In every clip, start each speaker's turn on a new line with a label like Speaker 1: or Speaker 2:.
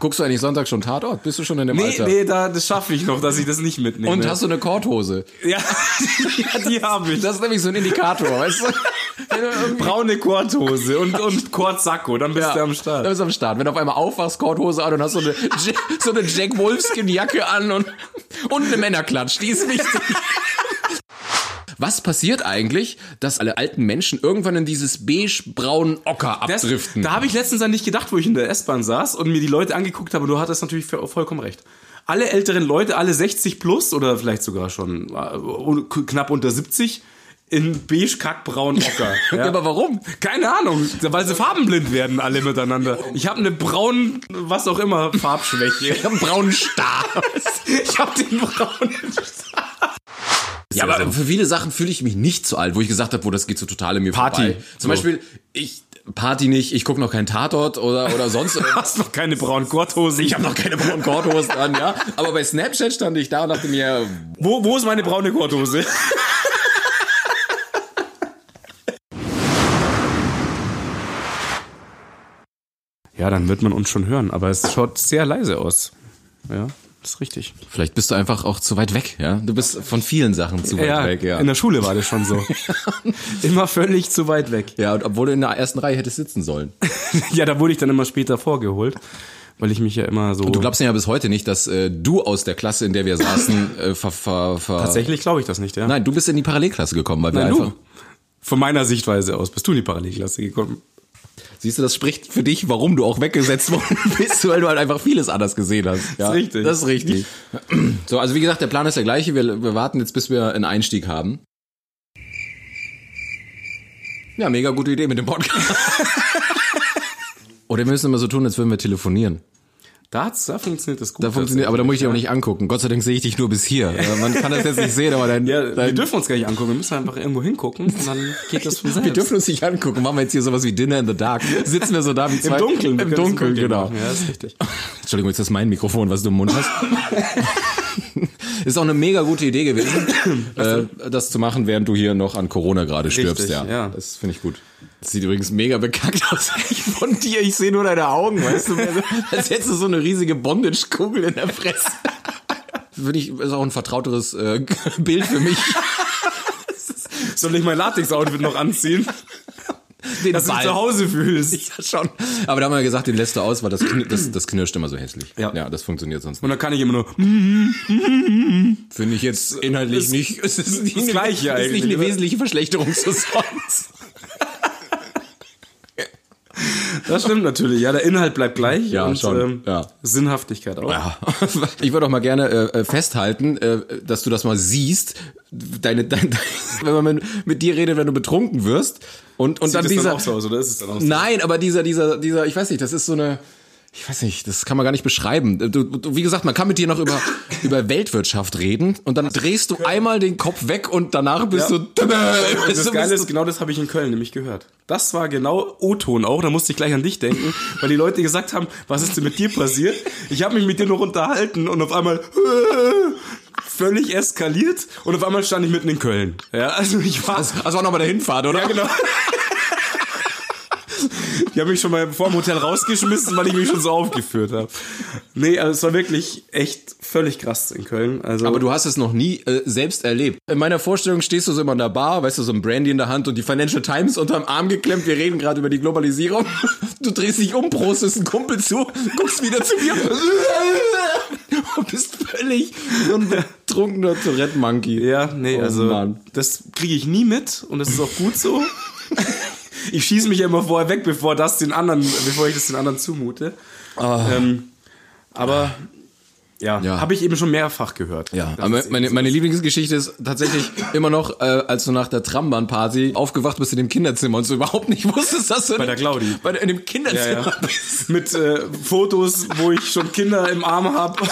Speaker 1: Guckst du eigentlich Sonntag schon Tatort? Bist du schon in dem
Speaker 2: Nee,
Speaker 1: Alter?
Speaker 2: nee, da, das schaffe ich noch, dass ich das nicht mitnehme.
Speaker 1: Und hast du eine Korthose?
Speaker 2: ja, ja, die habe ich.
Speaker 1: Das ist nämlich so ein Indikator, weißt du? Wenn du irgendwie-
Speaker 2: Braune Korthose und, und Kortsacko, dann bist
Speaker 1: Ja,
Speaker 2: du am Start.
Speaker 1: Dann bist du am Start. Wenn du auf einmal aufwachst, Korthose an und hast so eine, Jack- so eine Jack Wolfskin-Jacke an und, und eine Männerklatsch. Die ist wichtig. Was passiert eigentlich, dass alle alten Menschen irgendwann in dieses beige-braunen Ocker
Speaker 2: Das,
Speaker 1: abdriften?
Speaker 2: da habe ich letztens an dich gedacht, wo ich in der S-Bahn saß und mir die Leute angeguckt habe. Du hattest natürlich vo- vollkommen recht. Alle älteren Leute, alle 60 plus oder vielleicht sogar schon äh, un- knapp unter 70 in beige kackbraun Ocker.
Speaker 1: ja. aber warum?
Speaker 2: Keine Ahnung, weil sie farbenblind werden alle miteinander. Ich habe eine braun, was auch immer, Farbschwäche.
Speaker 1: Ich hab einen braunen Star.
Speaker 2: ich habe den braunen.
Speaker 1: Ja, aber für viele Sachen fühle ich mich nicht zu alt, wo ich gesagt habe, wo das geht so total in mir
Speaker 2: Party.
Speaker 1: vorbei. Zum
Speaker 2: So.
Speaker 1: Beispiel, ich Party nicht, ich gucke noch keinen Tatort oder, oder sonst
Speaker 2: Du hast noch keine braunen Korthosen.
Speaker 1: Ich habe noch keine braunen Korthosen an, ja. Aber bei Snapchat stand ich da und dachte mir,
Speaker 2: Wo, wo ist meine braune Korthose? ja, dann wird man uns schon hören, aber es schaut sehr leise aus. Ja, ist richtig.
Speaker 1: vielleicht bist du einfach auch zu weit weg, ja. Du bist von vielen Sachen zu weit weg, ja.
Speaker 2: in der Schule war das schon so. immer völlig zu weit weg.
Speaker 1: Ja, und obwohl du in der ersten Reihe hättest sitzen sollen.
Speaker 2: Ja, da wurde ich dann immer später vorgeholt, weil ich mich ja immer so...
Speaker 1: Du glaubst ja bis heute nicht, dass äh, du aus der Klasse, in der wir saßen, äh, ver, ver, ver
Speaker 2: Tatsächlich glaube ich das nicht, ja.
Speaker 1: Nein, du bist in die Parallelklasse gekommen, weil wir
Speaker 2: Nein,
Speaker 1: einfach.
Speaker 2: du. Von meiner Sichtweise aus bist du in die Parallelklasse gekommen.
Speaker 1: Siehst du, das spricht für dich, warum du auch weggesetzt worden bist, weil du halt einfach vieles anders gesehen hast. Ja,
Speaker 2: ist richtig.
Speaker 1: Das ist richtig. So, also wie gesagt, der Plan ist der gleiche. Wir, wir warten jetzt, bis wir einen Einstieg haben. Ja, mega gute Idee mit dem Podcast. Oder wir müssen immer so tun, als würden wir telefonieren.
Speaker 2: Da, hat's- da funktioniert das gut.
Speaker 1: Da funktioniert, aber da muss ich dich auch nicht angucken. Gott sei Dank sehe ich dich nur bis hier. Ja, Man kann das jetzt nicht sehen, aber dein,
Speaker 2: Ja, wir
Speaker 1: dein,
Speaker 2: dürfen uns gar nicht angucken, wir müssen einfach irgendwo hingucken und dann geht das von selbst.
Speaker 1: wir dürfen uns nicht angucken. Machen wir jetzt hier sowas wie Dinner in the Dark. Sitzen wir so da wie zwei.
Speaker 2: im Dunkeln. wir
Speaker 1: Im
Speaker 2: können es
Speaker 1: Dunkeln, genau.
Speaker 2: machen, Ja, ist richtig.
Speaker 1: Entschuldigung, ist das mein Mikrofon, was du im Mund hast? ist auch eine mega gute Idee gewesen, äh, das zu machen, während du hier noch an Corona gerade stirbst.
Speaker 2: Richtig,
Speaker 1: ja.
Speaker 2: ja.
Speaker 1: das finde ich gut. Das sieht übrigens mega bekackt aus ich von dir. Ich sehe nur deine Augen, weißt du? Als hättest du so eine riesige Bondage-Kugel in der Fresse. Finde ich, ist auch ein vertrauteres äh, Bild für mich.
Speaker 2: Soll ich mein Latex-Outfit noch anziehen,
Speaker 1: Den
Speaker 2: dass du dich zu Hause fühlst?
Speaker 1: Ja, schon. Aber da haben wir gesagt, den lässt du aus, weil das, kni- das, das knirscht immer so hässlich.
Speaker 2: Ja.
Speaker 1: ja, das funktioniert sonst
Speaker 2: Und dann kann ich immer nur, hm,
Speaker 1: Finde ich jetzt inhaltlich nicht. Es ist nicht
Speaker 2: das
Speaker 1: eine-
Speaker 2: Gleiche
Speaker 1: ist nicht
Speaker 2: eigentlich,
Speaker 1: eine
Speaker 2: oder?
Speaker 1: wesentliche Verschlechterung zu sonst.
Speaker 2: das stimmt natürlich, ja, der Inhalt bleibt gleich
Speaker 1: Ja,
Speaker 2: und
Speaker 1: schon,
Speaker 2: Ähm,
Speaker 1: ja.
Speaker 2: Sinnhaftigkeit auch.
Speaker 1: Ja. Ich würde auch mal gerne äh, äh, festhalten, äh, dass du das mal siehst. Deine, dein, wenn man mit, mit dir redet, wenn du betrunken wirst. Und, und
Speaker 2: Sieht
Speaker 1: dann
Speaker 2: das
Speaker 1: dieser.
Speaker 2: dann auch so aus, oder ist es dann auch so?
Speaker 1: Nein, aber dieser, dieser, dieser, ich weiß nicht, das ist so eine, ich weiß nicht, das kann man gar nicht beschreiben. Äh, Du, du, wie gesagt, man kann mit dir noch über, über Weltwirtschaft reden und dann drehst du einmal den Kopf weg und danach bist
Speaker 2: Ja.
Speaker 1: du. Weißt du,
Speaker 2: Und das
Speaker 1: bist
Speaker 2: Geile
Speaker 1: du-
Speaker 2: ist, genau das habe ich in Köln nämlich gehört. Das war genau O-Ton auch, da musste ich gleich an dich denken, weil die Leute gesagt haben, was ist denn mit dir passiert? Ich habe mich mit dir noch unterhalten und auf einmal völlig eskaliert und auf einmal stand ich mitten in Köln. Ja, also ich war...
Speaker 1: Also auch nochmal der Hinfahrt, oder?
Speaker 2: Ja, genau. Die haben mich schon mal vor dem Hotel rausgeschmissen, weil ich mich schon so aufgeführt habe. Nee, also es war wirklich echt völlig krass in Köln. Also
Speaker 1: Aber du hast es noch nie äh, selbst erlebt. In meiner Vorstellung stehst du so immer in der Bar, weißt du, so ein Brandy in der Hand und die Financial Times unterm Arm geklemmt. Wir reden gerade über die Globalisierung. Du drehst dich um, prostest einen Kumpel zu, guckst wieder zu mir und bist völlig so ein betrunkener Tourette-Monkey.
Speaker 2: Ja, nee,
Speaker 1: Oh,
Speaker 2: also
Speaker 1: Mann.
Speaker 2: das kriege ich nie mit und das ist auch gut so. ich schieße mich ja immer vorher weg, bevor das den anderen, bevor ich das den anderen zumute. Ähm, aber ja,
Speaker 1: Ah. Ja.
Speaker 2: habe ich eben schon mehrfach gehört.
Speaker 1: Ja,
Speaker 2: Das
Speaker 1: aber
Speaker 2: ist
Speaker 1: meine, meine Lieblingsgeschichte ist tatsächlich immer noch, äh, als du nach der Trambahnparty aufgewacht bist in dem Kinderzimmer und du überhaupt nicht wusstest, dass du bei
Speaker 2: der Claudi.
Speaker 1: bei, der- in dem Kinderzimmer
Speaker 2: Ja, ja.
Speaker 1: bist.
Speaker 2: mit äh, Fotos, wo ich schon Kinder im Arm habe.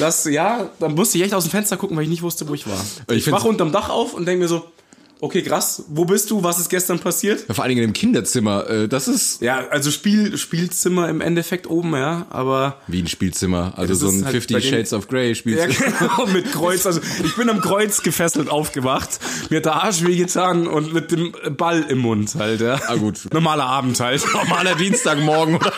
Speaker 2: Das, ja, dann musste ich echt aus dem Fenster gucken, weil ich nicht wusste, wo ich war.
Speaker 1: Ich
Speaker 2: Ich,
Speaker 1: find's-
Speaker 2: wach unterm Dach auf und denke mir so, okay, krass, wo bist du, was ist gestern passiert?
Speaker 1: Ja, vor allen Dingen im Kinderzimmer. äh, Das ist
Speaker 2: Ja, also Spiel, Spielzimmer im Endeffekt oben, ja, aber
Speaker 1: wie ein Spielzimmer. Also
Speaker 2: das
Speaker 1: so
Speaker 2: ist
Speaker 1: ein
Speaker 2: halt
Speaker 1: Fifty
Speaker 2: bei den-
Speaker 1: Shades of Grey
Speaker 2: Ja,
Speaker 1: Spielzimmer.
Speaker 2: genau, mit Kreuz. Also ich bin am Kreuz gefesselt aufgewacht. Mir hat der Arsch wehgetan und mit dem Ball im Mund halt, ja.
Speaker 1: Ah, gut.
Speaker 2: Normaler Abend halt.
Speaker 1: Normaler Dienstagmorgen. oder?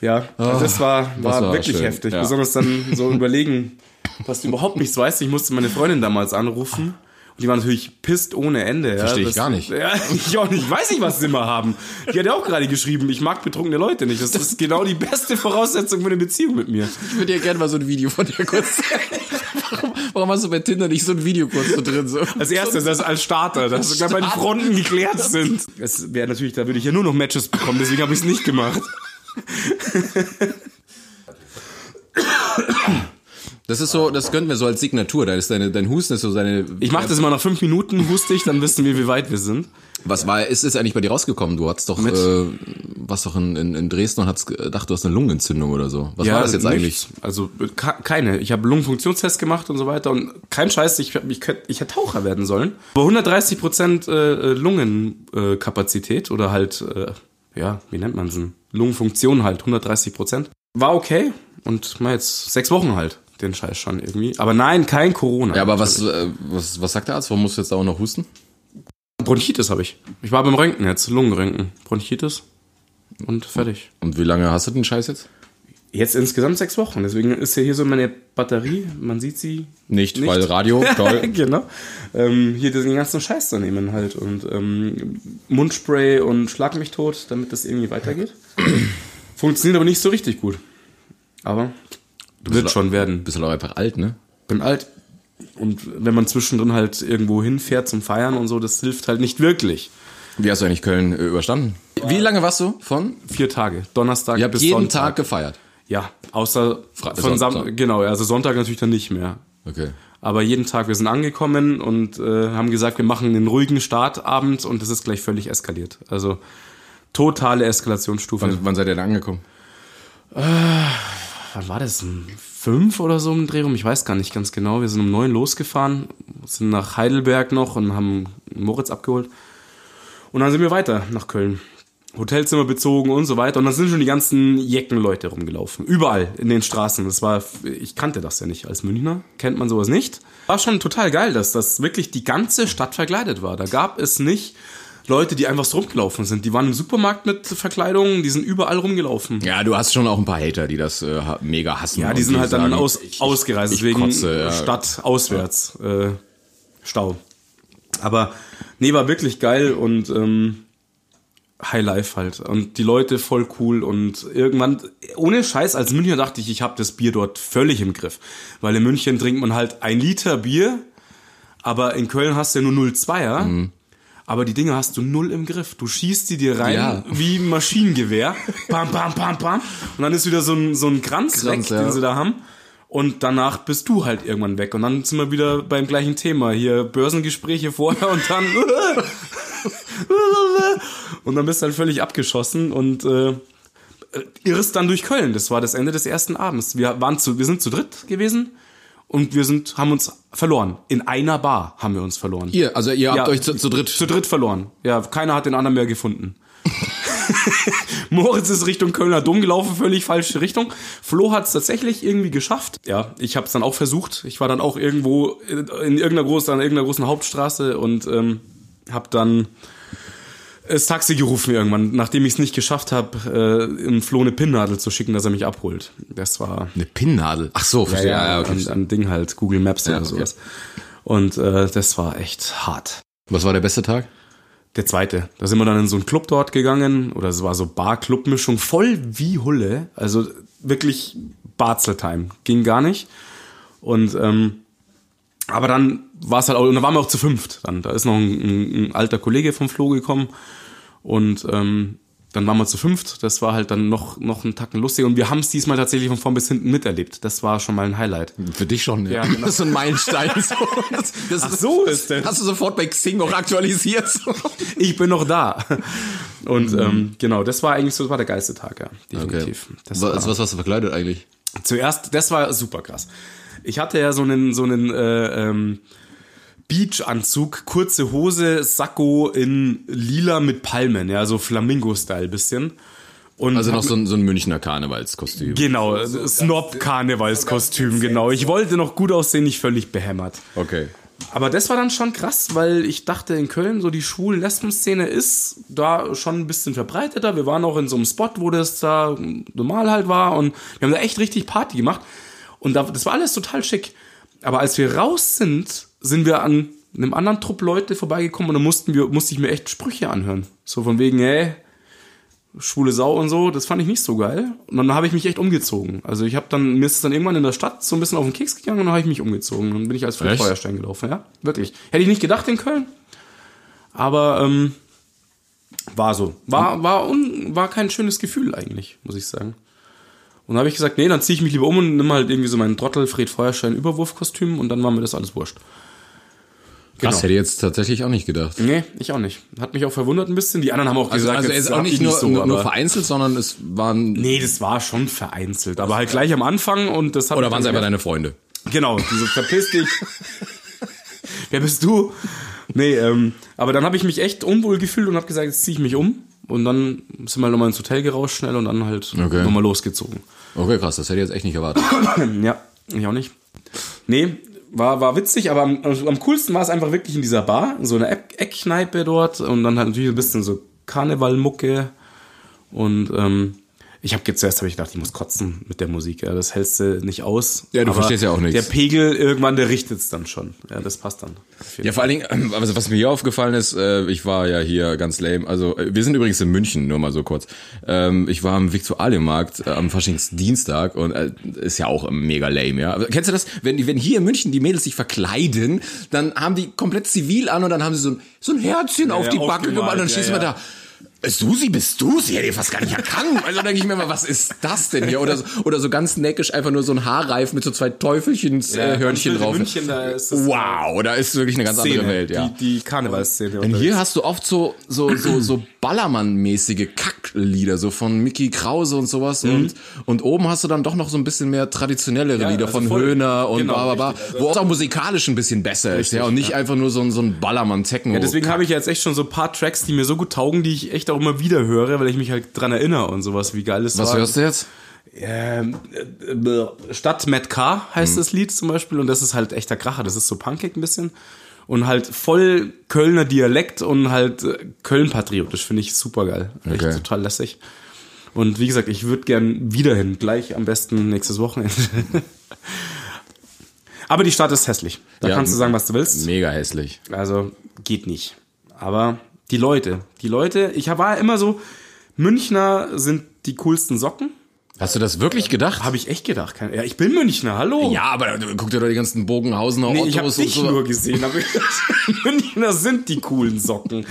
Speaker 2: Ja, also das war,
Speaker 1: Ah,
Speaker 2: war
Speaker 1: das war
Speaker 2: wirklich
Speaker 1: schön,
Speaker 2: heftig.
Speaker 1: ja.
Speaker 2: Besonders dann so überlegen, dass du überhaupt nichts weißt. Ich musste meine Freundin damals anrufen. Und die war natürlich pisst ohne Ende.
Speaker 1: Versteh
Speaker 2: ja.
Speaker 1: ich
Speaker 2: Das-
Speaker 1: gar nicht.
Speaker 2: Ja, ich auch nicht. Weiß nicht, was sie immer haben. Die hat ja auch gerade geschrieben, ich mag betrunkene Leute nicht. Das, ist genau die beste Voraussetzung für eine Beziehung mit mir.
Speaker 1: Ich würde ja gerne mal so ein Video von dir kurz warum, warum hast du bei Tinder nicht so ein Video kurz so drin? So?
Speaker 2: Als erstes, das als Starter, dass sogar meine Fronten geklärt sind. Das wäre natürlich, da würde ich ja nur noch Matches bekommen, deswegen habe ich es nicht gemacht.
Speaker 1: Das ist so, das könnten wir so als Signatur. Da ist deine, dein Husten ist so seine.
Speaker 2: Ich mache das immer nach fünf Minuten, huste ich, dann wissen wir, wie weit wir sind.
Speaker 1: Was war, ist, ist eigentlich bei dir rausgekommen? Du hattest doch, äh, warst doch in, in, in Dresden und hast gedacht, du hast eine Lungenentzündung oder so. Was war das jetzt eigentlich?
Speaker 2: nichts. Also ka- keine. Ich habe Lungenfunktionstest gemacht und so weiter und kein Scheiß, ich, hab- ich, könnt- ich hätte Taucher werden sollen. Aber 130 Prozent äh, Lungenkapazität äh, oder halt, äh, ja, wie nennt man es denn? Lungenfunktion halt, 130 Prozent. War okay und mal jetzt sechs Wochen halt den Scheiß schon irgendwie. Aber nein, kein Corona.
Speaker 1: Ja, aber was, äh, was, was sagt der Arzt? Warum musst du jetzt auch noch husten?
Speaker 2: Bronchitis habe ich. Ich war beim Röntgen jetzt, Lungenröntgen. Bronchitis und fertig.
Speaker 1: Und wie lange hast du den Scheiß jetzt?
Speaker 2: Jetzt insgesamt sechs Wochen. Deswegen ist ja hier so meine Batterie. Man sieht sie
Speaker 1: Nicht,
Speaker 2: Nicht.
Speaker 1: weil Radio, toll.
Speaker 2: genau. Ähm, hier den ganzen Scheiß da nehmen halt und ähm, Mundspray und Schlag mich tot, damit das irgendwie weitergeht. Funktioniert aber nicht so richtig gut. Aber wird schon werden.
Speaker 1: Bist du doch einfach alt, ne?
Speaker 2: Bin alt. Und wenn man zwischendrin halt irgendwo hinfährt zum Feiern und so, das hilft halt nicht wirklich.
Speaker 1: Wie hast du eigentlich Köln äh, überstanden? Wie lange warst du von?
Speaker 2: Vier Tage. Donnerstag
Speaker 1: Ihr habt
Speaker 2: bis
Speaker 1: jeden Tag
Speaker 2: Sonntag.
Speaker 1: gefeiert.
Speaker 2: Ja, außer
Speaker 1: Fre-
Speaker 2: von Sam
Speaker 1: Sonntag.
Speaker 2: genau, ja, also Sonntag natürlich dann nicht mehr.
Speaker 1: Okay.
Speaker 2: Aber jeden Tag, wir sind angekommen und äh, haben gesagt, wir machen einen ruhigen Startabend und das ist gleich völlig eskaliert. Also totale Eskalationsstufe.
Speaker 1: Wann, wann seid ihr denn angekommen?
Speaker 2: Wann war das? Um Fünf oder so im Dreh rum? Ich weiß gar nicht ganz genau. Wir sind um neun losgefahren, sind nach Heidelberg noch und haben Moritz abgeholt. Und dann sind wir weiter nach Köln. Hotelzimmer bezogen und so weiter. Und dann sind schon die ganzen Jeckenleute rumgelaufen. Überall in den Straßen. Das war, ich kannte das ja nicht als Münchner. Kennt man sowas nicht. War schon total geil, dass das wirklich die ganze Stadt verkleidet war. Da gab es nicht Leute, die einfach so rumgelaufen sind. Die waren im Supermarkt mit Verkleidungen, die sind überall rumgelaufen.
Speaker 1: Ja, du hast schon auch ein paar Hater, die das äh, ha- mega hassen.
Speaker 2: Ja,
Speaker 1: und
Speaker 2: die sind halt dann
Speaker 1: sagen,
Speaker 2: aus, ausgereist,
Speaker 1: ich
Speaker 2: deswegen
Speaker 1: kotze, ja.
Speaker 2: Stadt auswärts. Äh, Stau. Aber nee, war wirklich geil und ähm, High Life halt. Und die Leute voll cool und irgendwann, ohne Scheiß, als Münchner dachte ich, ich habe das Bier dort völlig im Griff. Weil in München trinkt man halt ein Liter Bier, aber in Köln hast du ja nur 0,2er.
Speaker 1: Mhm.
Speaker 2: Aber die Dinge hast du null im Griff. Du schießt die dir rein
Speaker 1: Ja.
Speaker 2: wie ein Maschinengewehr. Pam, pam, pam, pam. Und dann ist wieder so ein, so ein Kranz,
Speaker 1: Kranz,
Speaker 2: weg,
Speaker 1: ja.
Speaker 2: den sie da haben. Und danach bist du halt irgendwann weg. Und dann sind wir wieder beim gleichen Thema. Hier Börsengespräche vorher und dann. und dann bist du halt völlig abgeschossen und äh, irrst dann durch Köln. Das war das Ende des ersten Abends. Wir, waren zu, wir sind zu dritt gewesen und wir sind, haben uns verloren. In einer Bar haben wir uns verloren.
Speaker 1: Ihr, also ihr habt
Speaker 2: Ja.
Speaker 1: euch zu, zu dritt.
Speaker 2: Zu dritt verloren. Ja, keiner hat den anderen mehr gefunden. Moritz ist Richtung Kölner Dom gelaufen, völlig falsche Richtung. Flo hat es tatsächlich irgendwie geschafft. Ja, ich habe es dann auch versucht. Ich war dann auch irgendwo in in irgendeiner großen, an irgendeiner großen Hauptstraße und ähm, habe dann das Taxi gerufen irgendwann, nachdem ich es nicht geschafft habe, äh, im Flo eine Pinnadel zu schicken, dass er mich abholt. Das war
Speaker 1: Eine Pinnnadel. Ach so, verstehe. Ja, ja, okay.
Speaker 2: an, an Ding halt, Google Maps
Speaker 1: Ja,
Speaker 2: oder
Speaker 1: okay.
Speaker 2: sowas. Und äh, das war echt hart.
Speaker 1: Was war der beste Tag?
Speaker 2: Der zweite. Da sind wir dann in so einen Club dort gegangen oder es war so Bar-Club-Mischung, voll wie Hulle. Also wirklich Barzeltime. Ging gar nicht. Und ähm, aber dann war es halt auch, und da waren wir auch zu fünft. Dann, da ist noch ein, ein, ein alter Kollege vom Flo gekommen und ähm, dann waren wir zu fünft. Das war halt dann noch, noch einen Tacken lustig und wir haben es diesmal tatsächlich von vorn bis hinten miterlebt. Das war schon mal ein Highlight.
Speaker 1: Für dich schon, ja.
Speaker 2: Ja, genau.
Speaker 1: Das ist so ein Meilenstein. So. Das, das,
Speaker 2: Ach, so ist das.
Speaker 1: Hast du sofort bei Xing auch aktualisiert. So.
Speaker 2: ich bin noch da. Und ähm, genau, das war eigentlich so, das war der geilste Tag, ja, definitiv. Das war,
Speaker 1: was, was hast du verkleidet eigentlich?
Speaker 2: zuerst, das war super krass. Ich hatte ja so einen, so einen äh, ähm, Beach-Anzug, kurze Hose, Sakko in lila mit Palmen, ja, so Flamingo-Style bisschen. Und
Speaker 1: Also
Speaker 2: hab
Speaker 1: noch so ein, so ein Münchner Karnevalskostüm.
Speaker 2: Genau, Snob-Karnevalskostüm, genau. Ich wollte noch gut aussehen, nicht völlig behämmert.
Speaker 1: Okay.
Speaker 2: Aber das war dann schon krass, weil ich dachte, in Köln so die schwulen Lesben-Szene ist da schon ein bisschen verbreiteter. Wir waren auch in so einem Spot, wo das da normal halt war und wir haben da echt richtig Party gemacht. Und da, das war alles total schick. Aber als wir raus sind, sind wir an einem anderen Trupp Leute vorbeigekommen und dann mussten wir, musste ich mir echt Sprüche anhören. So von wegen, hey, schwule Sau und so, das fand ich nicht so geil. Und dann habe ich mich echt umgezogen. Also ich habe dann, mir ist es dann irgendwann in der Stadt so ein bisschen auf den Keks gegangen und dann habe ich mich umgezogen. Dann bin ich als Fred
Speaker 1: Echt?
Speaker 2: Feuerstein gelaufen, ja. Wirklich. Hätte ich nicht gedacht in Köln. Aber ähm, war so. War, war, un, war kein schönes Gefühl eigentlich, muss ich sagen. Und dann habe ich gesagt, nee, dann ziehe ich mich lieber um und nimm halt irgendwie so meinen Trottel Fred Feuerstein Überwurfkostüm und dann war mir das alles wurscht.
Speaker 1: Das hätte ich jetzt tatsächlich auch nicht gedacht.
Speaker 2: Nee, ich auch nicht. Hat mich auch verwundert ein bisschen. Die anderen haben auch
Speaker 1: Also,
Speaker 2: gesagt,
Speaker 1: also
Speaker 2: jetzt
Speaker 1: jetzt auch
Speaker 2: habt
Speaker 1: nicht
Speaker 2: ihr
Speaker 1: nur, nur, nur
Speaker 2: aber-
Speaker 1: vereinzelt, sondern es waren.
Speaker 2: Nee, das war schon vereinzelt, aber halt gleich am Anfang und das hat
Speaker 1: Oder Oh, waren es einfach deine Freunde?
Speaker 2: Genau, diese verpiss dich. Wer bist du? Nee, ähm, aber dann habe ich mich echt unwohl gefühlt und habe gesagt, jetzt ziehe ich mich um und dann sind wir halt nochmal ins Hotel gerauscht schnell und dann halt
Speaker 1: Okay.
Speaker 2: nochmal losgezogen.
Speaker 1: Okay, krass, das hätte ich jetzt echt nicht erwartet.
Speaker 2: Ja, ich auch nicht. Nee, war, war witzig, aber am, also am coolsten war es einfach wirklich in dieser Bar, in so einer Eck- Eckkneipe dort und dann halt natürlich ein bisschen so Karnevalmucke und ähm, ich habe zuerst habe ich gedacht, ich muss kotzen mit der Musik. Ja, das hältst du nicht aus.
Speaker 1: Ja, du verstehst ja auch nichts.
Speaker 2: Der Pegel irgendwann, der richtet es dann schon. Ja, das passt dann.
Speaker 1: Ja, vor allen Dingen, ähm, also was mir hier aufgefallen ist, äh, ich war ja hier ganz lame. Also äh, wir sind übrigens in München, nur mal so kurz. Ähm, ich war am Viktualienmarkt äh, am Faschingsdienstag und äh, ist ja auch mega lame, ja. Aber kennst du das? Wenn, die- wenn hier in München die Mädels sich verkleiden, dann haben die komplett zivil an und dann haben sie so ein, so ein Herzchen auf
Speaker 2: ja,
Speaker 1: die Backe
Speaker 2: aufgemalt,
Speaker 1: gemacht und dann
Speaker 2: ja,
Speaker 1: stehst du
Speaker 2: ja.
Speaker 1: mal da. Susi, bist du? Sie hätte ich fast gar nicht erkannt. Also denke ich mir mal, was ist das denn hier? Oder so, oder so ganz neckisch einfach nur so ein Haarreif mit so zwei Teufelchens äh, Hörnchen
Speaker 2: in
Speaker 1: drauf.
Speaker 2: München, da ist es
Speaker 1: Wow, da ist wirklich eine ganz andere
Speaker 2: Szene,
Speaker 1: Welt, ja.
Speaker 2: Die, die Karnevalsszene.
Speaker 1: Denn
Speaker 2: unterwegs.
Speaker 1: hier hast du oft so, so, so, so Ballermann-mäßige Kacklieder, so von Mickey Krause und sowas.
Speaker 2: Mhm.
Speaker 1: Und, und oben hast du dann doch noch so ein bisschen mehr traditionellere Lieder
Speaker 2: also
Speaker 1: von
Speaker 2: voll-
Speaker 1: Höhner und
Speaker 2: genau,
Speaker 1: bla, bla, bla,
Speaker 2: richtig.
Speaker 1: wo es auch musikalisch ein bisschen besser ist, ja. Und nicht einfach nur so ein, so ein Ballermann-Techno.
Speaker 2: Ja, deswegen habe ich jetzt echt schon so ein paar Tracks, die mir so gut taugen, die ich echt auch immer wieder höre, weil ich mich halt dran erinnere und sowas, wie geil es
Speaker 1: Was
Speaker 2: war.
Speaker 1: hörst du jetzt?
Speaker 2: Ähm, äh, äh, Stadt Matt K heißt
Speaker 1: Mhm.
Speaker 2: das Lied zum Beispiel und das ist halt echter Kracher, das ist so Punkig ein bisschen und halt voll Kölner Dialekt und halt äh, Köln-patriotisch, finde ich super geil, echt
Speaker 1: Okay.
Speaker 2: total lässig. Und wie gesagt, ich würde gern wieder hin, gleich am besten nächstes Wochenende. Aber die Stadt ist hässlich, da
Speaker 1: Ja,
Speaker 2: kannst du sagen, was du willst.
Speaker 1: Mega hässlich.
Speaker 2: Also geht nicht. Aber die Leute, die Leute, ich war immer so, Münchner sind die coolsten Socken.
Speaker 1: Hast du das wirklich gedacht?
Speaker 2: Habe ich echt gedacht. Kein, ja, ich bin Münchner, hallo.
Speaker 1: ja, aber du- guck dir doch die ganzen Bogenhausener
Speaker 2: nee, ich habe
Speaker 1: Ottos und
Speaker 2: dich
Speaker 1: so.
Speaker 2: nur gesehen. Aber Münchner sind die coolen Socken.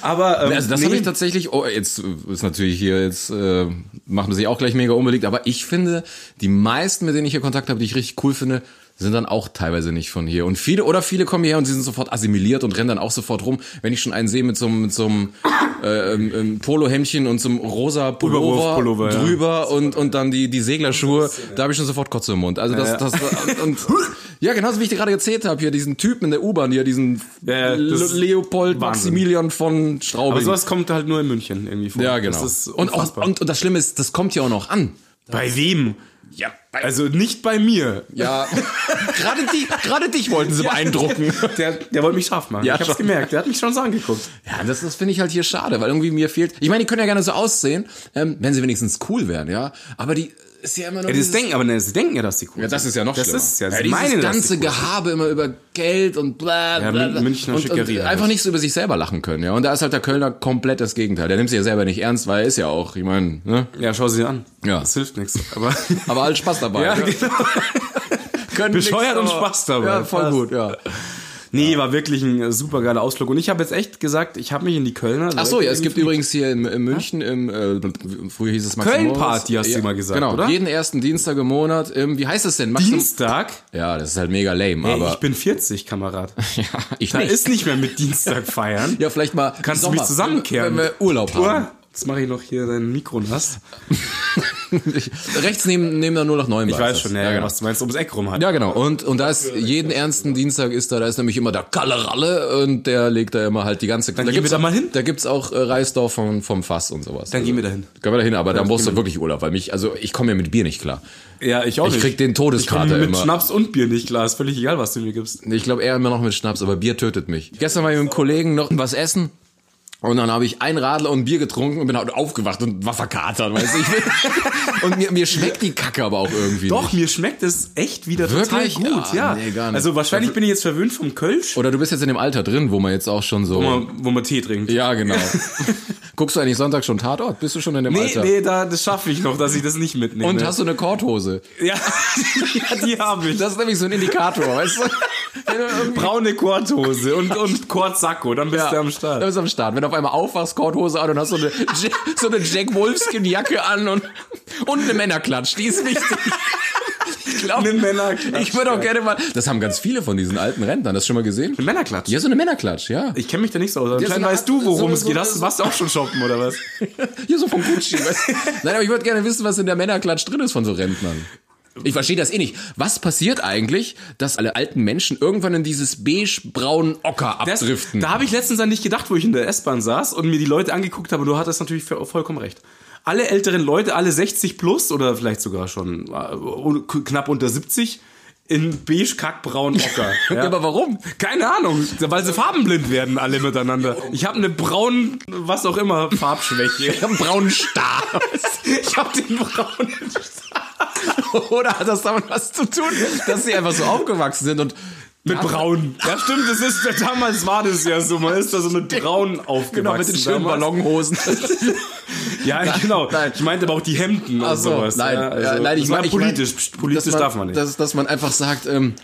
Speaker 2: Aber ähm,
Speaker 1: Also das
Speaker 2: nee,
Speaker 1: habe ich tatsächlich, oh, jetzt ist natürlich hier, jetzt äh, macht man sich auch gleich mega unbeliebt, aber ich finde, die meisten, mit denen ich hier Kontakt habe, die ich richtig cool finde, sind dann auch teilweise nicht von hier. Und viele, oder viele kommen hierher und sie sind sofort assimiliert und rennen dann auch sofort rum. Wenn ich schon einen sehe mit so einem, mit so einem äh, ähm, ähm, Polohemdchen und so einem rosa Pullover,
Speaker 2: Überwurfpullover, ja.
Speaker 1: drüber und, und dann die, die Seglerschuhe, da habe ich schon sofort Kotze im Mund. Also das,
Speaker 2: Ja.
Speaker 1: das und, ja, genauso wie ich dir gerade erzählt habe, hier diesen Typen in der U-Bahn, hier diesen
Speaker 2: Ja, ja, das ist
Speaker 1: Leopold
Speaker 2: Wahnsinn.
Speaker 1: Maximilian von Straubing.
Speaker 2: aber sowas kommt halt nur in München irgendwie vor.
Speaker 1: Ja, genau.
Speaker 2: Das ist
Speaker 1: und, auch,
Speaker 2: unfassbar.
Speaker 1: und, und das Schlimme ist, das kommt ja auch noch an.
Speaker 2: bei wem?
Speaker 1: Ja,
Speaker 2: Also nicht bei mir.
Speaker 1: ja. gerade, die, gerade dich wollten sie beeindrucken.
Speaker 2: Der, der wollte mich scharf machen.
Speaker 1: Ja,
Speaker 2: ich hab's
Speaker 1: schon.
Speaker 2: gemerkt. Der hat mich schon so angeguckt.
Speaker 1: Ja, das, das finde ich halt hier schade, weil irgendwie mir fehlt. Ich meine, die können ja gerne so aussehen, ähm, wenn sie wenigstens cool wären, ja. Aber die ist ja immer noch.
Speaker 2: Ja, das
Speaker 1: dieses-
Speaker 2: denken, aber ne, sie denken ja, dass die cool
Speaker 1: ja, das ist ja noch
Speaker 2: das
Speaker 1: schlimmer.
Speaker 2: Ist ja,
Speaker 1: ja,
Speaker 2: sie
Speaker 1: dieses
Speaker 2: meinen, dass
Speaker 1: ganze
Speaker 2: die cool sind.
Speaker 1: Gehabe immer über Geld und bla bla.
Speaker 2: Ja,
Speaker 1: bla.
Speaker 2: Mün- Münchner
Speaker 1: und, und
Speaker 2: Schickeria
Speaker 1: einfach
Speaker 2: halt.
Speaker 1: nicht so über sich selber lachen können, ja. Und da ist halt der Kölner komplett das Gegenteil. Der nimmt sich ja selber nicht ernst, weil er ist ja auch, ich meine, ne?
Speaker 2: Ja, schau sie an.
Speaker 1: Ja.
Speaker 2: Das hilft nichts. Aber
Speaker 1: Aber halt Spaß dabei.
Speaker 2: Ja,
Speaker 1: ne?
Speaker 2: genau.
Speaker 1: Können nix,
Speaker 2: Bescheuert und
Speaker 1: aber-
Speaker 2: Spaß dabei.
Speaker 1: Ja, voll
Speaker 2: Passt.
Speaker 1: gut, ja.
Speaker 2: Nee, war wirklich ein super geiler Ausflug. Und ich habe jetzt echt gesagt, ich habe mich in die Kölner.
Speaker 1: Ach so, ja, es gibt übrigens hier in, in München, im, äh, früher hieß es Max und
Speaker 2: Köln-Party,
Speaker 1: Moritz.
Speaker 2: hast du immer gesagt,
Speaker 1: Genau,
Speaker 2: oder?
Speaker 1: jeden ersten Dienstag im Monat. Im, wie heißt es denn? Max und-
Speaker 2: Dienstag?
Speaker 1: Ja, das ist halt mega lame,
Speaker 2: Ey,
Speaker 1: aber
Speaker 2: ich bin 40, Kamerad.
Speaker 1: ja, ich
Speaker 2: Da
Speaker 1: nicht.
Speaker 2: ist nicht mehr mit Dienstag feiern.
Speaker 1: ja, vielleicht mal
Speaker 2: Kannst du
Speaker 1: Sommer,
Speaker 2: mich zusammenkehren?
Speaker 1: Wenn wir Urlaub haben.
Speaker 2: Uah, Jetzt mache ich noch hier dein Mikro nass.
Speaker 1: Rechts neben, neben der 089
Speaker 2: Ich weiß schon, ja,
Speaker 1: ja, genau.
Speaker 2: was du meinst, ums Eck rum halt.
Speaker 1: Ja, genau. Und, und da ist jeden ernsten Dienstag ist da, da ist nämlich immer der Kalleralle und der legt da immer halt die ganze... Dann da
Speaker 2: gehen wir
Speaker 1: gibt's
Speaker 2: da
Speaker 1: auch-
Speaker 2: mal hin.
Speaker 1: Da gibt's auch äh, Reisdorf vom, vom Fass und sowas.
Speaker 2: Dann gehen wir da hin.
Speaker 1: Können wir da hin, aber dann brauchst du wirklich Urlaub, weil mich, also ich komme ja mit Bier nicht klar.
Speaker 2: Ja, ich auch
Speaker 1: Ich
Speaker 2: nicht.
Speaker 1: krieg den Todeskater
Speaker 2: ich komm mit
Speaker 1: immer.
Speaker 2: Schnaps und Bier nicht klar. Ist völlig egal, was du mir gibst.
Speaker 1: Ich glaube eher immer noch mit Schnaps, aber Bier tötet mich. Gestern war ich mit einem Kollegen noch was essen. Und dann habe ich ein Radler und ein Bier getrunken und bin halt aufgewacht und war verkatert, weißt du. Ich will, und mir, mir schmeckt die Kacke aber auch irgendwie.
Speaker 2: Doch,
Speaker 1: Nicht.
Speaker 2: mir schmeckt es echt wieder
Speaker 1: Wirklich?
Speaker 2: total gut.
Speaker 1: Ja,
Speaker 2: Ja,
Speaker 1: nee, gar nicht.
Speaker 2: Also wahrscheinlich bin ich jetzt verwöhnt vom Kölsch,
Speaker 1: Oder du bist jetzt in dem Alter drin, wo man jetzt auch schon so.
Speaker 2: wo man, wo man Tee trinkt.
Speaker 1: Ja, genau. Guckst du eigentlich Sonntag schon Tatort? Bist du schon in dem
Speaker 2: Nee,
Speaker 1: Alter?
Speaker 2: nee, da, das schaffe ich noch, dass ich das nicht mitnehme.
Speaker 1: Und hast du eine Korthose?
Speaker 2: ja, ja, die habe ich.
Speaker 1: Das ist nämlich so ein Indikator, weißt du? Wenn du irgendwie-
Speaker 2: Braune Korthose und, und Kortsacko, dann bist
Speaker 1: Ja,
Speaker 2: du am
Speaker 1: Da
Speaker 2: Start.
Speaker 1: bist du am Start. Wenn du auf einmal aufwachst, Korthose an und hast so eine, Jack, so eine Jack Wolfskin-Jacke an und, und eine Männerklatsch. Die ist wichtig. Ich glaube,
Speaker 2: Eine Männerklatsch,
Speaker 1: Ich würde auch
Speaker 2: ja.
Speaker 1: gerne mal. Das haben ganz viele von diesen alten Rentnern. Hast du schon mal gesehen?
Speaker 2: Eine Männerklatsch.
Speaker 1: Ja, so eine Männerklatsch, ja.
Speaker 2: Ich kenne mich da nicht so aus.
Speaker 1: so
Speaker 2: Anscheinend
Speaker 1: eine
Speaker 2: weißt
Speaker 1: Art-
Speaker 2: du, worum
Speaker 1: so-
Speaker 2: es
Speaker 1: so-
Speaker 2: geht. Hast,
Speaker 1: so-
Speaker 2: warst du auch schon shoppen, oder was?
Speaker 1: Hier so vom Gucci. Weißt? du? Nein, aber ich würde gerne wissen, was in der Männerklatsch drin ist von so Rentnern. Ich verstehe das eh nicht. Was passiert eigentlich, dass alle alten Menschen irgendwann in dieses beige-braunen Ocker
Speaker 2: Das,
Speaker 1: abdriften?
Speaker 2: da habe ich letztens an dich gedacht, wo ich in der S-Bahn saß und mir die Leute angeguckt habe. Du hattest natürlich vo- vollkommen recht. Alle älteren Leute, alle 60 plus oder vielleicht sogar schon äh, un- k- knapp unter 70 in beige kackbraun ocker.
Speaker 1: ja. Aber warum?
Speaker 2: Keine Ahnung, weil sie farbenblind werden alle miteinander. Ich habe eine braun, was auch immer, Farbschwäche.
Speaker 1: Ich habe einen braunen Star.
Speaker 2: Ich habe den braunen.
Speaker 1: Oder hat das damit was zu tun, dass sie einfach so aufgewachsen sind und
Speaker 2: Mit braun. Ja, stimmt, das ist, damals war das ja so. Man ist da so mit braun aufgewachsen.
Speaker 1: genau mit den schönen
Speaker 2: damals.
Speaker 1: Ballonhosen.
Speaker 2: Ja, genau.
Speaker 1: nein.
Speaker 2: Ich meinte aber auch die Hemden
Speaker 1: Ach
Speaker 2: und
Speaker 1: so,
Speaker 2: sowas.
Speaker 1: nein,
Speaker 2: ja, also
Speaker 1: ja, nein, ich
Speaker 2: das war
Speaker 1: mein- ich mein,
Speaker 2: politisch. pst, politisch
Speaker 1: dass man,
Speaker 2: darf man nicht.
Speaker 1: Dass, dass man einfach sagt, ähm,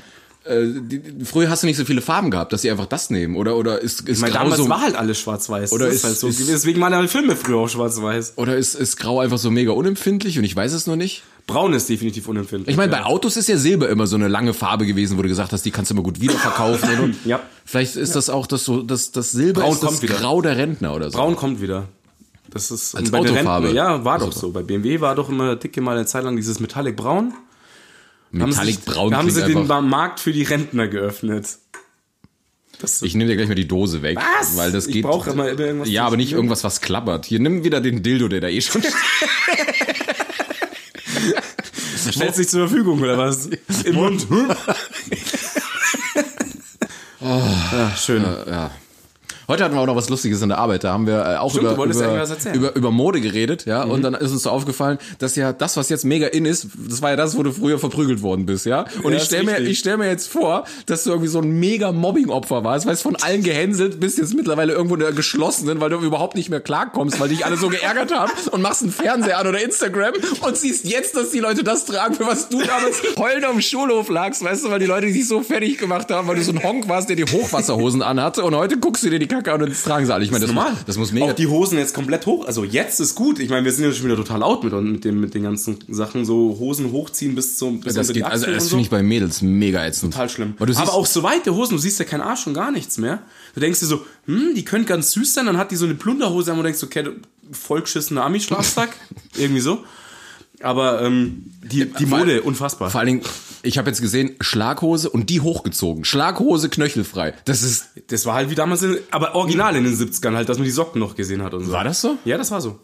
Speaker 1: äh, die, die, früher hast du nicht so viele Farben gehabt, dass sie einfach das nehmen, oder? Oder ist, ist
Speaker 2: Weil
Speaker 1: grau
Speaker 2: damals
Speaker 1: so,
Speaker 2: war halt alles schwarz-weiß.
Speaker 1: Oder
Speaker 2: Das
Speaker 1: ist-
Speaker 2: halt so
Speaker 1: ist-
Speaker 2: gewesen. Deswegen waren alle Filme früher auch schwarz-weiß.
Speaker 1: oder ist, ist grau einfach so mega unempfindlich und ich weiß es nur nicht?
Speaker 2: Braun ist definitiv unempfindlich.
Speaker 1: Ich meine, bei Autos ist ja Silber immer so eine lange Farbe gewesen, wo du gesagt hast, die kannst du immer gut wiederverkaufen. und- und
Speaker 2: Ja.
Speaker 1: Vielleicht ist das auch das so, das, das Silber
Speaker 2: Braun
Speaker 1: ist das
Speaker 2: kommt wieder.
Speaker 1: Grau der Rentner oder so.
Speaker 2: Braun kommt wieder. Das ist
Speaker 1: Als
Speaker 2: bei der
Speaker 1: Autofarbe.
Speaker 2: Renten- Ja, war doch so. Bei BMW war doch immer dicke mal eine Zeit lang dieses Metallic Braun. Haben sie-
Speaker 1: Metallic Braun
Speaker 2: Da haben sie
Speaker 1: klingt
Speaker 2: den
Speaker 1: einfach-
Speaker 2: Markt für die Rentner geöffnet. Das
Speaker 1: Ich nehme dir gleich mal die Dose weg,
Speaker 2: Was?
Speaker 1: weil das
Speaker 2: Ich
Speaker 1: geht.
Speaker 2: brauch immer irgendwas
Speaker 1: ja,
Speaker 2: zum
Speaker 1: aber nicht
Speaker 2: Spielen.
Speaker 1: irgendwas, was klappert. Hier nimm wieder den Dildo, der da eh schon steht.
Speaker 2: stellt sich zur Verfügung, oder was? Im Mund. Ah, schön.
Speaker 1: ja. Heute hatten wir auch noch was Lustiges in der Arbeit. Da haben wir äh, auch
Speaker 2: Stimmt, du
Speaker 1: über,
Speaker 2: wolltest ja irgendwas
Speaker 1: über,
Speaker 2: erzählen.
Speaker 1: über, über Mode geredet, ja.
Speaker 2: Mhm.
Speaker 1: Und dann ist uns so aufgefallen, dass ja das, was jetzt mega in ist, das war ja das, wo du früher verprügelt worden bist, ja. Und
Speaker 2: Ja,
Speaker 1: ich
Speaker 2: ist
Speaker 1: stelle mir,
Speaker 2: richtig.
Speaker 1: ich stell mir jetzt vor, dass du irgendwie so ein mega Mobbing-Opfer warst, weißt von allen gehänselt, bist jetzt mittlerweile irgendwo in der geschlossenen, weil du überhaupt nicht mehr klarkommst, weil dich alle so geärgert haben und machst einen Fernseher an oder Instagram und siehst jetzt, dass die Leute das tragen, für was du damals heulend auf dem Schulhof lagst, weißt du, weil die Leute dich so fertig gemacht haben, weil du so ein Honk warst, der die Hochwasserhosen anhatte und heute guckst du dir die Kacke an und das tragen sie alle. Ich meine, das, muss- das muss mega
Speaker 2: Auch die Hosen jetzt komplett hoch. Also jetzt ist gut. Ich meine, wir sind ja schon wieder total out mit, mit, dem, mit den ganzen Sachen. So Hosen hochziehen bis zum bis
Speaker 1: das
Speaker 2: unter die
Speaker 1: geht, also
Speaker 2: Achseln
Speaker 1: das
Speaker 2: und
Speaker 1: finde ich bei Mädels mega ätzend.
Speaker 2: total schlimm.
Speaker 1: Weil du siehst,
Speaker 2: Aber auch so weite Hosen, du siehst ja keinen Arsch und gar nichts mehr. Du denkst dir so, hm, die können ganz süß sein, dann hat die so eine Plunderhose an und denkst, okay, du vollgeschissener Ami-Schlafsack. Irgendwie so. Aber ähm, die, die
Speaker 1: vor-
Speaker 2: Mode, unfassbar.
Speaker 1: vor allen Dingen, ich habe jetzt gesehen, Schlaghose und die hochgezogen. Schlaghose knöchelfrei. Das ist
Speaker 2: Das war halt wie damals, in, aber original in den 70ern halt, dass man die Socken noch gesehen hat und so.
Speaker 1: War das so?
Speaker 2: Ja, das war so.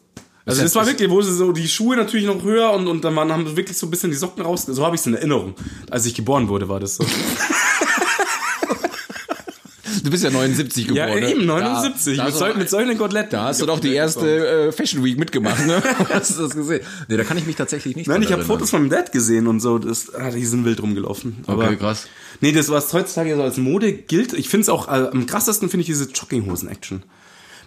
Speaker 2: Also
Speaker 1: heißt,
Speaker 2: das war
Speaker 1: das-
Speaker 2: wirklich, wo sie so die Schuhe natürlich noch höher und, und dann waren, haben sie wirklich so ein bisschen die Socken raus. So habe ich es in Erinnerung. Als ich geboren wurde, war das so.
Speaker 1: Du bist ja 79 geboren.
Speaker 2: Ja,
Speaker 1: ne?
Speaker 2: eben, 79.
Speaker 1: Da, da,
Speaker 2: mit,
Speaker 1: hast
Speaker 2: sol,
Speaker 1: du,
Speaker 2: mit solchen Koteletten.
Speaker 1: da hast du doch die erste äh, Fashion Week mitgemacht, ne? hast du das gesehen? Nee, da kann ich mich tatsächlich nicht
Speaker 2: Nein,
Speaker 1: dran
Speaker 2: ich habe
Speaker 1: erinnern.
Speaker 2: Fotos von meinem Dad gesehen und so. Das, ah, die sind wild rumgelaufen. Aber,
Speaker 1: Okay, krass.
Speaker 2: Nee, das, was heutzutage so als Mode gilt, ich finde es auch, äh, am krassesten finde ich diese Jogginghosen-Action.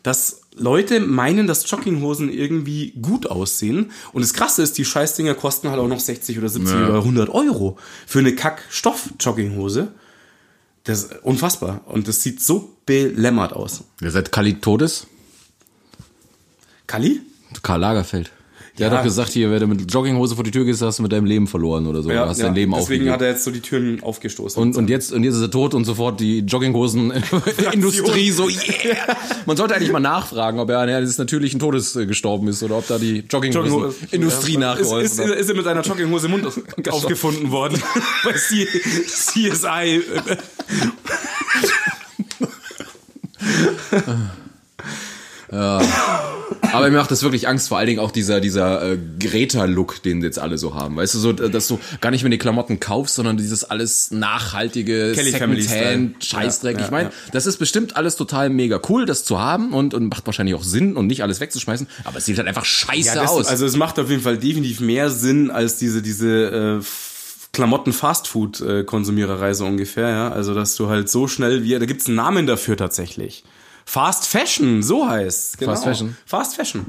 Speaker 2: Dass Leute meinen, dass Jogginghosen irgendwie gut aussehen. Und das Krasse ist, die Scheißdinger kosten halt auch noch 60 oder 70 oder 100 Euro für eine Kack-Stoff-Jogginghose. Das ist unfassbar. Und das sieht so belämmert aus.
Speaker 1: Ihr seid Khalid Todes?
Speaker 2: Kali?
Speaker 1: Karl Lagerfeld. Der hat doch gesagt, hier, wenn du mit Jogginghose vor die Tür gehst, hast du mit deinem Leben verloren oder so.
Speaker 2: Ja,
Speaker 1: oder hast
Speaker 2: ja.
Speaker 1: dein Leben
Speaker 2: Deswegen
Speaker 1: aufgegeben.
Speaker 2: hat er jetzt so die Türen aufgestoßen.
Speaker 1: und, und jetzt, und jetzt ist er tot und sofort die Jogginghosen-Industrie so, yeah. Man sollte eigentlich mal nachfragen, ob er an eines natürlichen Todes äh, gestorben ist oder ob da die
Speaker 2: Jogginghose-
Speaker 1: Jogginghosen-Industrie nachgeholfen
Speaker 2: ist, ist,
Speaker 1: hat.
Speaker 2: ist er mit einer Jogginghose im Mund auf- aufgefunden worden bei C äh, CSI.
Speaker 1: Aber mir macht das wirklich Angst, vor allen Dingen auch dieser, dieser äh, Greta-Look, den jetzt alle so haben. Weißt du, so, äh, dass du gar nicht mehr die Klamotten kaufst, sondern dieses alles nachhaltige,
Speaker 2: Kelly Family
Speaker 1: Secondhand,
Speaker 2: Style.
Speaker 1: Scheißdreck.
Speaker 2: Ja, ja,
Speaker 1: ich meine,
Speaker 2: ja.
Speaker 1: das ist bestimmt alles total mega cool, das zu haben und, und macht wahrscheinlich auch Sinn und nicht alles wegzuschmeißen, aber es sieht halt einfach scheiße
Speaker 2: das-
Speaker 1: aus.
Speaker 2: Also es macht auf jeden Fall definitiv mehr Sinn als diese diese äh, Klamotten Fastfood äh, Konsumiererei so ungefähr, ja? Also dass du halt so schnell wie da gibt's einen Namen dafür tatsächlich. Fast Fashion, so heißt. Genau.
Speaker 1: Fast Fashion.
Speaker 2: Fast Fashion.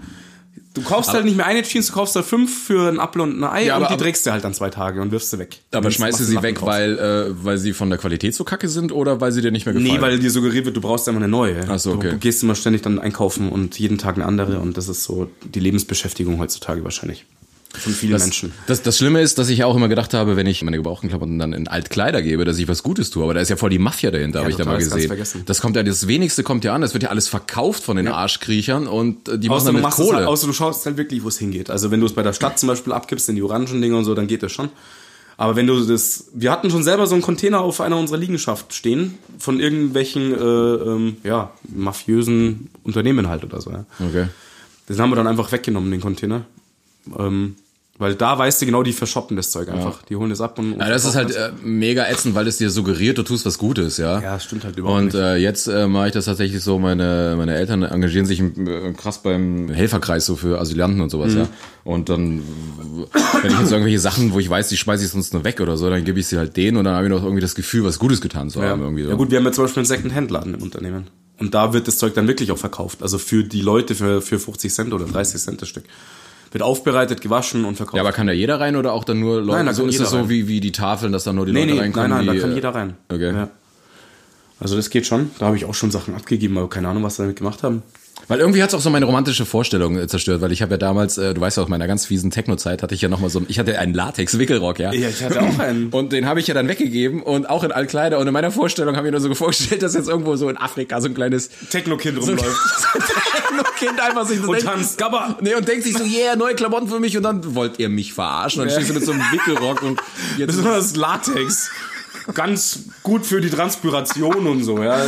Speaker 2: Du kaufst halt nicht mehr eine Jeans, du kaufst halt fünf für ein Apfel und ein Ei
Speaker 1: Ja,
Speaker 2: und
Speaker 1: aber-
Speaker 2: die trägst du halt dann zwei Tage und wirfst sie weg.
Speaker 1: aber
Speaker 2: Und
Speaker 1: schmeißt du
Speaker 2: machst
Speaker 1: sie
Speaker 2: Lappen
Speaker 1: weg,
Speaker 2: draus.
Speaker 1: weil, äh, weil sie von der Qualität so kacke sind oder weil sie dir nicht mehr gefallen?
Speaker 2: Nee, weil dir suggeriert wird, du brauchst einfach eine neue.
Speaker 1: Ach so, okay.
Speaker 2: Du gehst immer ständig dann einkaufen und jeden Tag eine andere und das ist so die Lebensbeschäftigung heutzutage wahrscheinlich. Von vielen
Speaker 1: das,
Speaker 2: Menschen.
Speaker 1: Das, das Schlimme ist, dass ich ja auch immer gedacht habe, wenn ich meine gebrauchten Klamotten dann in Altkleider gebe, dass ich was Gutes tue. Aber da ist ja voll die Mafia dahinter, habe ich da
Speaker 2: total,
Speaker 1: mal
Speaker 2: das ganz
Speaker 1: gesehen.
Speaker 2: vergessen.
Speaker 1: Das kommt ja, das Wenigste kommt ja an. Das wird ja alles verkauft von den Arschkriechern und äh, die machen
Speaker 2: Außer du,
Speaker 1: damit
Speaker 2: machst es
Speaker 1: Kohle.
Speaker 2: halt, außer du schaust halt wirklich, wo es hingeht. Also wenn du es bei der Stadt zum Beispiel abgibst in die orangen Dinger und so, dann geht das schon. Aber wenn du das, wir hatten schon selber so einen Container auf einer unserer Liegenschaft stehen von irgendwelchen äh, ähm, ja mafiösen Unternehmen halt oder so. Ja.
Speaker 1: okay.
Speaker 2: Den haben wir dann einfach weggenommen den Container, ähm, weil da weißt du genau, die verschoppen das Zeug einfach. Die holen das ab und. und
Speaker 1: Ja, das ist halt äh, mega ätzend, weil es dir suggeriert, du tust was Gutes, ja.
Speaker 2: Ja, das stimmt halt überhaupt
Speaker 1: Und
Speaker 2: nicht.
Speaker 1: äh, jetzt äh, mache ich das tatsächlich so, meine, meine Eltern engagieren sich äh, krass beim Helferkreis so für Asylanten und
Speaker 2: Mhm.
Speaker 1: sowas, ja. Und dann, wenn ich jetzt irgendwelche Sachen, wo ich weiß, die schmeiße ich sonst nur weg oder so, dann gebe ich sie halt denen und dann habe ich noch irgendwie das Gefühl, was Gutes getan zu haben. Irgendwie so.
Speaker 2: Ja gut, wir haben ja zum Beispiel einen Second-Hand-Laden im Unternehmen. Und da wird das Zeug dann wirklich auch verkauft. Also für die Leute für, für 50 Cent oder 30 Cent das Stück. Wird aufbereitet, gewaschen und verkauft.
Speaker 1: Ja, aber kann da jeder rein oder auch dann nur Leute?
Speaker 2: Nein, da
Speaker 1: so
Speaker 2: kann
Speaker 1: ist
Speaker 2: jeder
Speaker 1: das so
Speaker 2: rein.
Speaker 1: wie, wie die Tafeln, dass da nur die
Speaker 2: nee,
Speaker 1: Leute
Speaker 2: nee, nein,
Speaker 1: reinkommen?
Speaker 2: nein,
Speaker 1: die,
Speaker 2: da kann
Speaker 1: äh,
Speaker 2: jeder rein.
Speaker 1: Okay.
Speaker 2: Ja. Also das geht schon. Da habe ich auch schon Sachen abgegeben, aber keine Ahnung, was sie damit gemacht haben.
Speaker 1: Weil irgendwie hat's auch so meine romantische Vorstellung äh, zerstört, weil ich habe ja damals, äh, du weißt ja aus meiner ganz fiesen Techno-Zeit, hatte ich ja nochmal so, ich hatte einen Latex-Wickelrock, ja.
Speaker 2: Ja, ich hatte auch einen.
Speaker 1: Und den habe ich ja dann weggegeben und auch in Altkleider und in meiner Vorstellung habe ich mir nur so vorgestellt, dass jetzt irgendwo so in Afrika so ein kleines
Speaker 2: Techno-Kind
Speaker 1: so ein
Speaker 2: rumläuft.
Speaker 1: Kind einfach sich so
Speaker 2: und
Speaker 1: denkt,
Speaker 2: tanzt Gabba.
Speaker 1: Nee, und denkt sich so, yeah, neue Klamotten für mich und dann wollt ihr mich verarschen. Dann stehst du mit so einem Wickelrock und jetzt
Speaker 2: Besonders Latex. Ganz gut für die Transpiration und so, ja.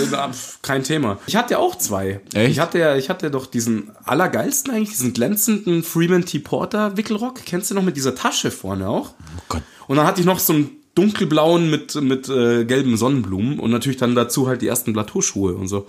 Speaker 2: Kein Thema. Ich hatte ja auch zwei.
Speaker 1: Echt?
Speaker 2: Ich hatte ja, ich hatte doch diesen allergeilsten eigentlich, diesen glänzenden Freeman T. Porter Wickelrock. Kennst du noch mit dieser Tasche vorne auch? Oh
Speaker 1: Gott.
Speaker 2: Und dann hatte ich noch so einen dunkelblauen mit, mit äh, gelben Sonnenblumen und natürlich dann dazu halt die ersten Plateauschuhe und so.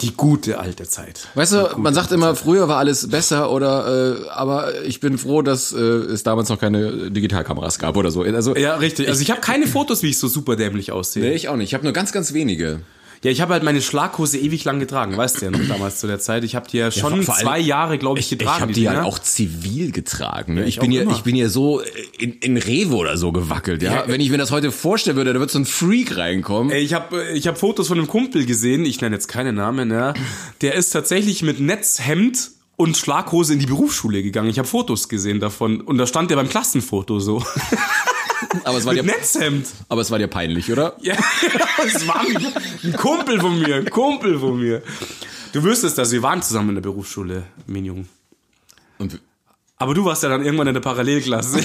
Speaker 2: Die gute alte Zeit.
Speaker 1: Weißt du, man sagt immer, früher war alles besser oder äh, aber ich bin froh, dass äh, es damals noch keine Digitalkameras gab oder so. Also
Speaker 2: Ja, richtig. Also ich habe keine Fotos, wie ich so super dämlich aussehe.
Speaker 1: Nee, ich auch nicht. Ich habe nur ganz, ganz wenige.
Speaker 2: Ja, ich habe halt meine Schlaghose ewig lang getragen, weißt du ja noch damals zu der Zeit. Ich habe die ja schon
Speaker 1: vor allem-
Speaker 2: zwei Jahre, glaube ich, getragen.
Speaker 1: hab die ja
Speaker 2: Dinger.
Speaker 1: auch zivil getragen. Ne? ich,
Speaker 2: ich
Speaker 1: bin
Speaker 2: auch
Speaker 1: ja,
Speaker 2: immer.
Speaker 1: ich bin ja so in, in Rewe oder so gewackelt. Ja?
Speaker 2: Ja,
Speaker 1: Wenn ich mir das heute vorstellen würde, da wird so ein Freak reinkommen.
Speaker 2: Ey, Ich habe ich hab Fotos von einem Kumpel gesehen, ich nenne jetzt keinen Namen, ja. Der ist tatsächlich mit Netzhemd und Schlaghose in die Berufsschule gegangen. Ich habe Fotos gesehen davon und da stand der beim Klassenfoto so.
Speaker 1: aber, es war
Speaker 2: Mit
Speaker 1: dir,
Speaker 2: Netzhemd.
Speaker 1: aber es war dir peinlich, oder?
Speaker 2: Ja, das war ein ein Kumpel von mir, ein Kumpel von mir. Du wüsstest das, wir waren zusammen in der Berufsschule, mein Junge.
Speaker 1: Und,
Speaker 2: Aber du warst ja dann irgendwann in der Parallelklasse.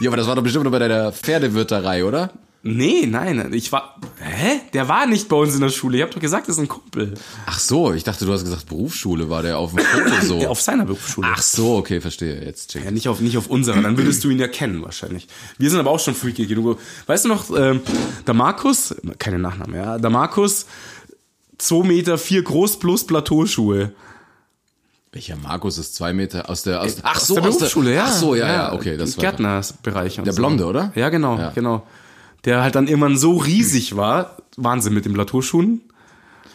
Speaker 1: ja, aber das war doch bestimmt nur bei deiner Pferdewirterei, oder?
Speaker 2: Nee, nein, ich war. Hä? Der war nicht bei uns in der Schule. Ich hab doch gesagt, das ist ein Kumpel.
Speaker 1: Ach so, ich dachte, du hast gesagt, Berufsschule war der auf dem Foto so.
Speaker 2: Der auf seiner Berufsschule.
Speaker 1: Oh. Ach so, okay, verstehe. Jetzt check.
Speaker 2: Ja, nicht auf, nicht auf unserer, dann würdest du ihn ja kennen wahrscheinlich. Wir sind aber auch schon freaky genug. Weißt du noch, ähm, der Markus, keine Nachname, ja, der Markus, 2 Meter 4 groß plus Plateauschuhe.
Speaker 1: Welcher Markus ist zwei Meter aus der aus,
Speaker 2: Aus der Berufsschule, ja.
Speaker 1: Ach so, ja, ja, okay, das war
Speaker 2: Gärtnerbereich.
Speaker 1: der Blonde, oder?
Speaker 2: Ja, genau,
Speaker 1: Ja.
Speaker 2: genau. Der halt dann irgendwann so riesig war. Wahnsinn mit den Plateauschuhen.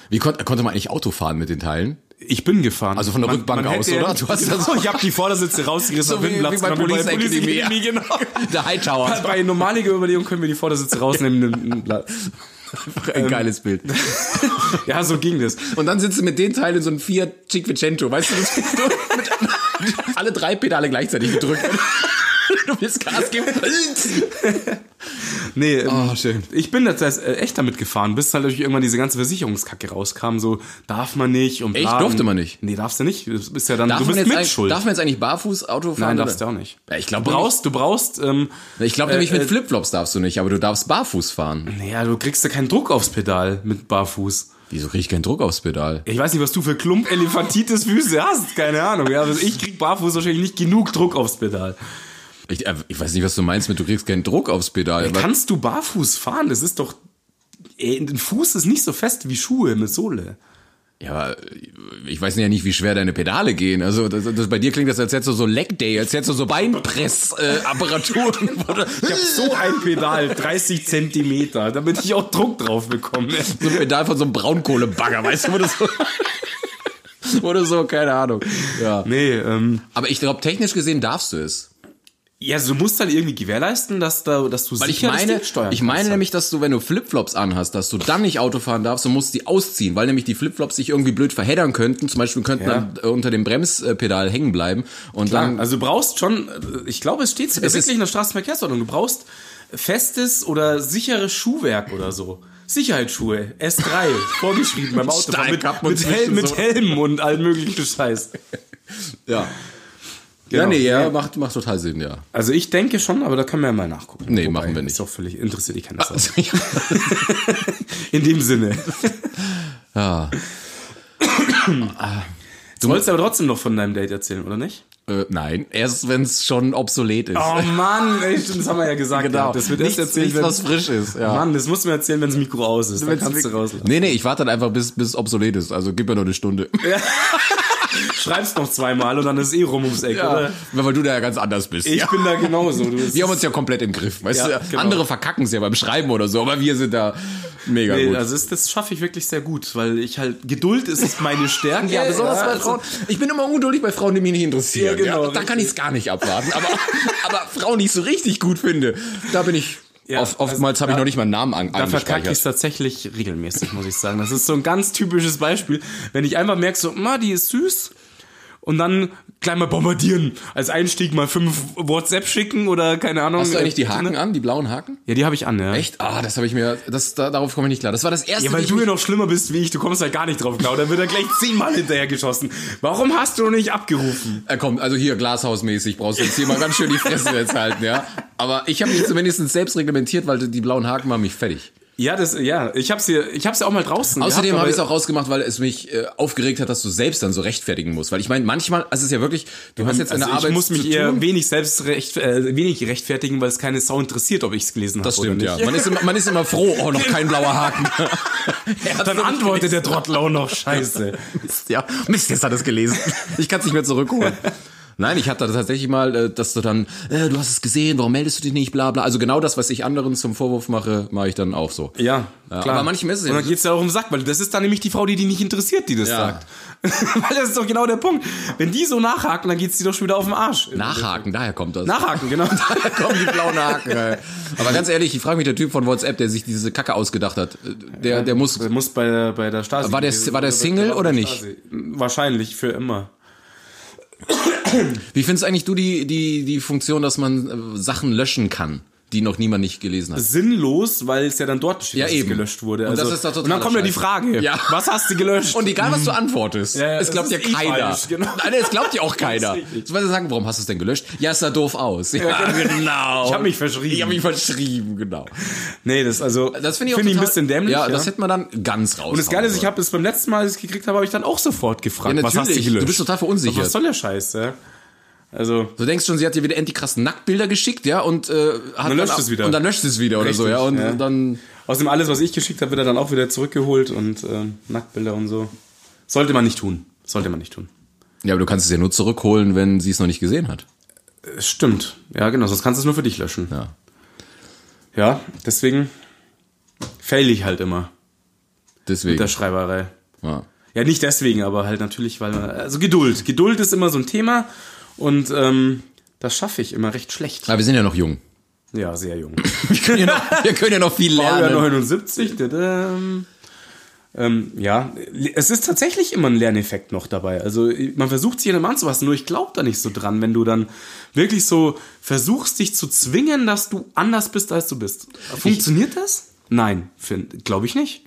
Speaker 1: Wie kon konnte man eigentlich Auto fahren mit den Teilen?
Speaker 2: Ich bin gefahren.
Speaker 1: Also von der Rückbank
Speaker 2: hätte
Speaker 1: aus, oder? Du
Speaker 2: Du
Speaker 1: hast
Speaker 2: hast
Speaker 1: ja
Speaker 2: genau,
Speaker 1: so-
Speaker 2: ich habe die Vordersitze rausgerissen
Speaker 1: So wie- wie bei
Speaker 2: genommen,
Speaker 1: Police Academy,
Speaker 2: Academy, genau.
Speaker 1: Der Hightower.
Speaker 2: Bei normaliger Überlegung können wir die Vordersitze rausnehmen.
Speaker 1: Einfach ein geiles Bild.
Speaker 2: Ähm, Ja, so ging das.
Speaker 1: Und dann sitzt du mit den Teilen in so einem Fiat Cinquecento, weißt du, das mit alle drei Pedale gleichzeitig gedrückt. Du willst Gas geben.
Speaker 2: Nee, ähm,
Speaker 1: Ah, schön.
Speaker 2: ich bin tatsächlich äh, echt damit gefahren, bis halt natürlich irgendwann diese ganze Versicherungskacke rauskam, so darf man nicht und
Speaker 1: Echt?
Speaker 2: bla.
Speaker 1: Durfte man nicht?
Speaker 2: Nee, darfst du nicht. Du bist ja dann
Speaker 1: Darf
Speaker 2: du
Speaker 1: man,
Speaker 2: bist
Speaker 1: jetzt
Speaker 2: mit
Speaker 1: eigentlich,
Speaker 2: schuld.
Speaker 1: darf man jetzt eigentlich barfuß Auto fahren?
Speaker 2: Nein,
Speaker 1: oder?
Speaker 2: darfst du auch nicht.
Speaker 1: Ja, ich glaube
Speaker 2: Du brauchst, du brauchst, ähm,
Speaker 1: Ich glaube nämlich
Speaker 2: Äh,
Speaker 1: mit
Speaker 2: äh,
Speaker 1: Flipflops darfst du nicht, aber du darfst barfuß fahren.
Speaker 2: naja, du kriegst ja keinen Druck aufs Pedal mit Barfuß.
Speaker 1: Wieso krieg ich keinen Druck aufs Pedal?
Speaker 2: Ich weiß nicht, was du für Klump-Elefantitis-Füße hast, keine Ahnung. Ja, aber ich krieg Barfuß wahrscheinlich nicht genug Druck aufs Pedal.
Speaker 1: Ich, äh, ich weiß nicht, was du meinst mit du kriegst keinen Druck aufs Pedal. aber-
Speaker 2: Kannst du barfuß fahren? Das ist doch. Ey, Ein Fuß ist nicht so fest wie Schuhe mit Sohle.
Speaker 1: Ja, aber äh, ich weiß ja nicht, wie schwer deine Pedale gehen. Also das, das bei dir klingt das, als hättest du so Leg Day, als hättest du so äh, Beinpress-Apparaturen.
Speaker 2: Ich hab so ein Pedal, 30 Zentimeter, damit ich auch Druck drauf bekomme.
Speaker 1: so ein Pedal von so einem Braunkohlebagger, weißt du, wo du so... Oder so, keine Ahnung. Ja.
Speaker 2: Nee, ähm.
Speaker 1: Aber ich glaube, technisch gesehen darfst du es.
Speaker 2: Ja, also du musst dann irgendwie gewährleisten, dass, da, dass du
Speaker 1: Weil ich
Speaker 2: sicher das
Speaker 1: meine,
Speaker 2: Ding steuern
Speaker 1: ich meine
Speaker 2: kannst.
Speaker 1: nämlich, dass du, wenn du Flipflops anhast, dass du dann nicht Auto fahren darfst und musst die ausziehen, weil nämlich die Flipflops sich irgendwie blöd verheddern könnten. Zum Beispiel könnten
Speaker 2: Ja.
Speaker 1: dann äh, unter dem Bremspedal hängen bleiben und dann
Speaker 2: Ja, also du brauchst schon, äh, ich glaube, es steht
Speaker 1: Ah.
Speaker 2: sogar
Speaker 1: Es ist-
Speaker 2: wirklich in der Straßenverkehrsordnung, du brauchst festes oder sicheres Schuhwerk oder so. Sicherheitsschuhe, S3, vorgeschrieben beim Auto.
Speaker 1: Stahl
Speaker 2: Mit,
Speaker 1: kappen und
Speaker 2: mit, Helm,
Speaker 1: zwischen
Speaker 2: mit
Speaker 1: so.
Speaker 2: Helm und allem möglichen Scheiß.
Speaker 1: Ja.
Speaker 2: Genau.
Speaker 1: Ja, nee, ja, macht, macht total Sinn, ja.
Speaker 2: Also ich denke schon, aber da können wir ja mal nachgucken.
Speaker 1: Nee, machen wir nicht.
Speaker 2: Ist doch völlig interessiert, ich kann das
Speaker 1: Also,
Speaker 2: auch. In dem Sinne.
Speaker 1: ja.
Speaker 2: Du wolltest aber trotzdem noch von deinem Date erzählen, oder nicht?
Speaker 1: Äh, nein, erst wenn es schon obsolet ist.
Speaker 2: Oh Mann, ey, stimmt, das haben wir ja gesagt. gehabt. Das wird
Speaker 1: Genau. nichts,
Speaker 2: erst erzählt,
Speaker 1: nichts, was
Speaker 2: wenn...
Speaker 1: frisch ist. Ja.
Speaker 2: Mann, das musst du mir erzählen, wenn das Mikro aus ist. Dann
Speaker 1: Wenn's
Speaker 2: kannst du
Speaker 1: wirklich-
Speaker 2: rauslassen.
Speaker 1: Nee, nee, ich warte dann einfach, bis, bis es obsolet ist. Also gib mir nur eine Stunde.
Speaker 2: Schreib's noch zweimal und dann ist eh rum ums Eck, oder?
Speaker 1: Weil weil du da ja ganz anders bist.
Speaker 2: Ich
Speaker 1: ja.
Speaker 2: bin da genauso. Du bist
Speaker 1: Wir haben uns ja komplett im Griff. Weißt
Speaker 2: Ja,
Speaker 1: du?
Speaker 2: genau.
Speaker 1: Andere verkacken es ja beim Schreiben oder so, aber wir sind da mega
Speaker 2: Nee,
Speaker 1: gut.
Speaker 2: also ist, das schaffe ich wirklich sehr gut, weil ich halt Geduld ist es meine Stärke.
Speaker 1: Ja, besonders bei
Speaker 2: also-
Speaker 1: Frauen. Ich bin immer ungeduldig bei Frauen, die mich nicht interessieren.
Speaker 2: Ja,
Speaker 1: Ja,
Speaker 2: genau,
Speaker 1: Da kann ich
Speaker 2: richtig.
Speaker 1: es gar nicht abwarten. Aber, aber Frauen, die ich so richtig gut finde, da bin ich.
Speaker 2: Ja,
Speaker 1: oft, oftmals
Speaker 2: also
Speaker 1: habe ich
Speaker 2: da-
Speaker 1: noch nicht meinen Namen an,
Speaker 2: Da verkacke ich es
Speaker 1: angespeichert.
Speaker 2: tatsächlich regelmäßig, muss ich sagen. Das ist so ein ganz typisches Beispiel, wenn ich einfach merke, so, ma, die ist süß. Und dann gleich mal bombardieren. Als Einstieg mal fünf WhatsApp schicken oder keine Ahnung.
Speaker 1: Hast du eigentlich die
Speaker 2: äh,
Speaker 1: Haken an, die blauen Haken?
Speaker 2: Ja, die habe ich an, ja.
Speaker 1: Echt? Ah, das habe ich mir. Das, da, darauf komme ich nicht klar. Das war das erste.
Speaker 2: Ja, weil
Speaker 1: wie ich
Speaker 2: du ja
Speaker 1: mich-
Speaker 2: noch schlimmer bist wie ich, du kommst halt gar nicht drauf klar. Dann wird er gleich zehnmal hinterher geschossen. Warum hast du nicht abgerufen?
Speaker 1: äh, komm, also hier glashausmäßig brauchst du jetzt hier mal ganz schön die Fresse jetzt halten, ja. Aber ich habe mich zumindest selbst reglementiert, weil die blauen Haken machen mich fertig.
Speaker 2: Ja, das, ja, ich hab's hier, ich hab's ja auch mal draußen.
Speaker 1: Außerdem
Speaker 2: gehabt,
Speaker 1: habe ich es
Speaker 2: aber-
Speaker 1: auch rausgemacht, weil es mich äh, aufgeregt hat, dass du selbst dann so rechtfertigen musst. Weil ich meine, manchmal, es ist ja wirklich, du hast jetzt
Speaker 2: also
Speaker 1: in der Arbeit
Speaker 2: Ich muss mich
Speaker 1: zu
Speaker 2: eher
Speaker 1: tun.
Speaker 2: wenig selbst recht, äh, wenig rechtfertigen, weil es keine Sau interessiert, ob ich es gelesen habe.
Speaker 1: Das stimmt, ja.
Speaker 2: oder nicht.
Speaker 1: Man ist, immer, man ist immer froh, oh, noch kein blauer Haken.
Speaker 2: Dann antwortet der Trottel auch noch Scheiße.
Speaker 1: Mist, ja. Mist, jetzt hat er es gelesen. Ich kann es nicht mehr zurückholen. Nein, ich hatte tatsächlich mal, äh, dass du dann, äh, du hast es gesehen, warum meldest du dich nicht, bla bla. Also genau das, was ich anderen zum Vorwurf mache, mache ich dann auch so.
Speaker 2: Ja, klar.
Speaker 1: aber manchmal ist es
Speaker 2: Und
Speaker 1: ja
Speaker 2: dann
Speaker 1: so.
Speaker 2: geht's ja auch um den Sack, weil das ist dann nämlich die Frau, die die nicht interessiert, die das
Speaker 1: Ja.
Speaker 2: sagt. weil das ist doch genau der Punkt. Wenn die so nachhaken, dann geht's die doch schon wieder auf den Arsch.
Speaker 1: Nachhaken, daher kommt das.
Speaker 2: Nachhaken, genau.
Speaker 1: Da kommen die blauen Haken. ey. Aber ganz ehrlich, ich frage mich, der Typ von WhatsApp, der sich diese Kacke ausgedacht hat, äh, der, der muss.
Speaker 2: Der muss bei der, bei der Stasi.
Speaker 1: War der-
Speaker 2: gewesen
Speaker 1: war der
Speaker 2: sein,
Speaker 1: Single
Speaker 2: war
Speaker 1: oder
Speaker 2: bei der
Speaker 1: nicht?
Speaker 2: Stasi. Wahrscheinlich, für immer.
Speaker 1: Wie findest eigentlich du die, die, die Funktion, dass man äh, Sachen löschen kann, die noch niemand nicht gelesen hat?
Speaker 2: sinnlos, weil es ja dann dort steht,
Speaker 1: Ja,
Speaker 2: dass es
Speaker 1: eben.
Speaker 2: gelöscht wurde.
Speaker 1: Und
Speaker 2: Also,
Speaker 1: das ist doch totaler
Speaker 2: und dann kommt ja die
Speaker 1: Scheiß.
Speaker 2: Frage,
Speaker 1: Ja.
Speaker 2: was hast du gelöscht?
Speaker 1: Und egal, was du antwortest,
Speaker 2: Mhm. Ja, ja,
Speaker 1: es glaubt
Speaker 2: das
Speaker 1: dir
Speaker 2: ist eh
Speaker 1: keiner.
Speaker 2: falsch, genau.
Speaker 1: Nein, es glaubt dir auch keiner.
Speaker 2: richtig.
Speaker 1: Jetzt weißt du sagen, warum hast du es denn gelöscht? Ja, es sah doof aus. Ja, genau.
Speaker 2: Ich hab mich verschrieben.
Speaker 1: Ich habe mich verschrieben, genau.
Speaker 2: nee, das also
Speaker 1: Das finde ich auch
Speaker 2: find ich ein
Speaker 1: total-
Speaker 2: bisschen dämlich.
Speaker 1: Ja, das hätte man dann ganz raus.
Speaker 2: und das Geile ist, ich habe es beim letzten Mal, als ich es gekriegt habe, habe ich dann auch sofort gefragt,
Speaker 1: Ja,
Speaker 2: was hast du
Speaker 1: natürlich.
Speaker 2: gelöscht?
Speaker 1: Du bist total
Speaker 2: Was
Speaker 1: verunsichert.
Speaker 2: soll der Scheiß, ja? Also,
Speaker 1: Du denkst schon, sie hat dir wieder endlich krassen Nacktbilder geschickt, ja, und äh, hat
Speaker 2: löscht
Speaker 1: ab-
Speaker 2: es wieder.
Speaker 1: Und dann löscht es wieder
Speaker 2: Richtig,
Speaker 1: oder so, ja, und
Speaker 2: ja.
Speaker 1: dann
Speaker 2: außerdem alles, was ich geschickt habe, wird er dann auch wieder zurückgeholt und ähm, Nacktbilder und so. Sollte man nicht tun. Sollte man nicht tun.
Speaker 1: ja, aber du kannst es ja nur zurückholen, wenn sie es noch nicht gesehen hat.
Speaker 2: Äh, Stimmt. Ja, genau, sonst kannst du es nur für dich löschen.
Speaker 1: Ja.
Speaker 2: Ja, deswegen fail ich halt immer mit der
Speaker 1: Deswegen.
Speaker 2: Schreiberei.
Speaker 1: Ja.
Speaker 2: Ja, nicht deswegen, aber halt natürlich, weil man, also Geduld. Geduld ist immer so ein Thema und ähm, das schaffe ich immer recht schlecht.
Speaker 1: Aber wir sind ja noch jung.
Speaker 2: Ja, sehr jung.
Speaker 1: Wir können ja noch, wir können ja noch viel
Speaker 2: Baujahr
Speaker 1: lernen.
Speaker 2: 79. Dadam. Ähm, ja, es ist tatsächlich immer ein Lerneffekt noch dabei. Also man versucht sich einem anzupassen, nur ich glaube da nicht so dran, wenn du dann wirklich so versuchst, dich zu zwingen, dass du anders bist, als du bist. Funktioniert das? Nein, glaube ich nicht.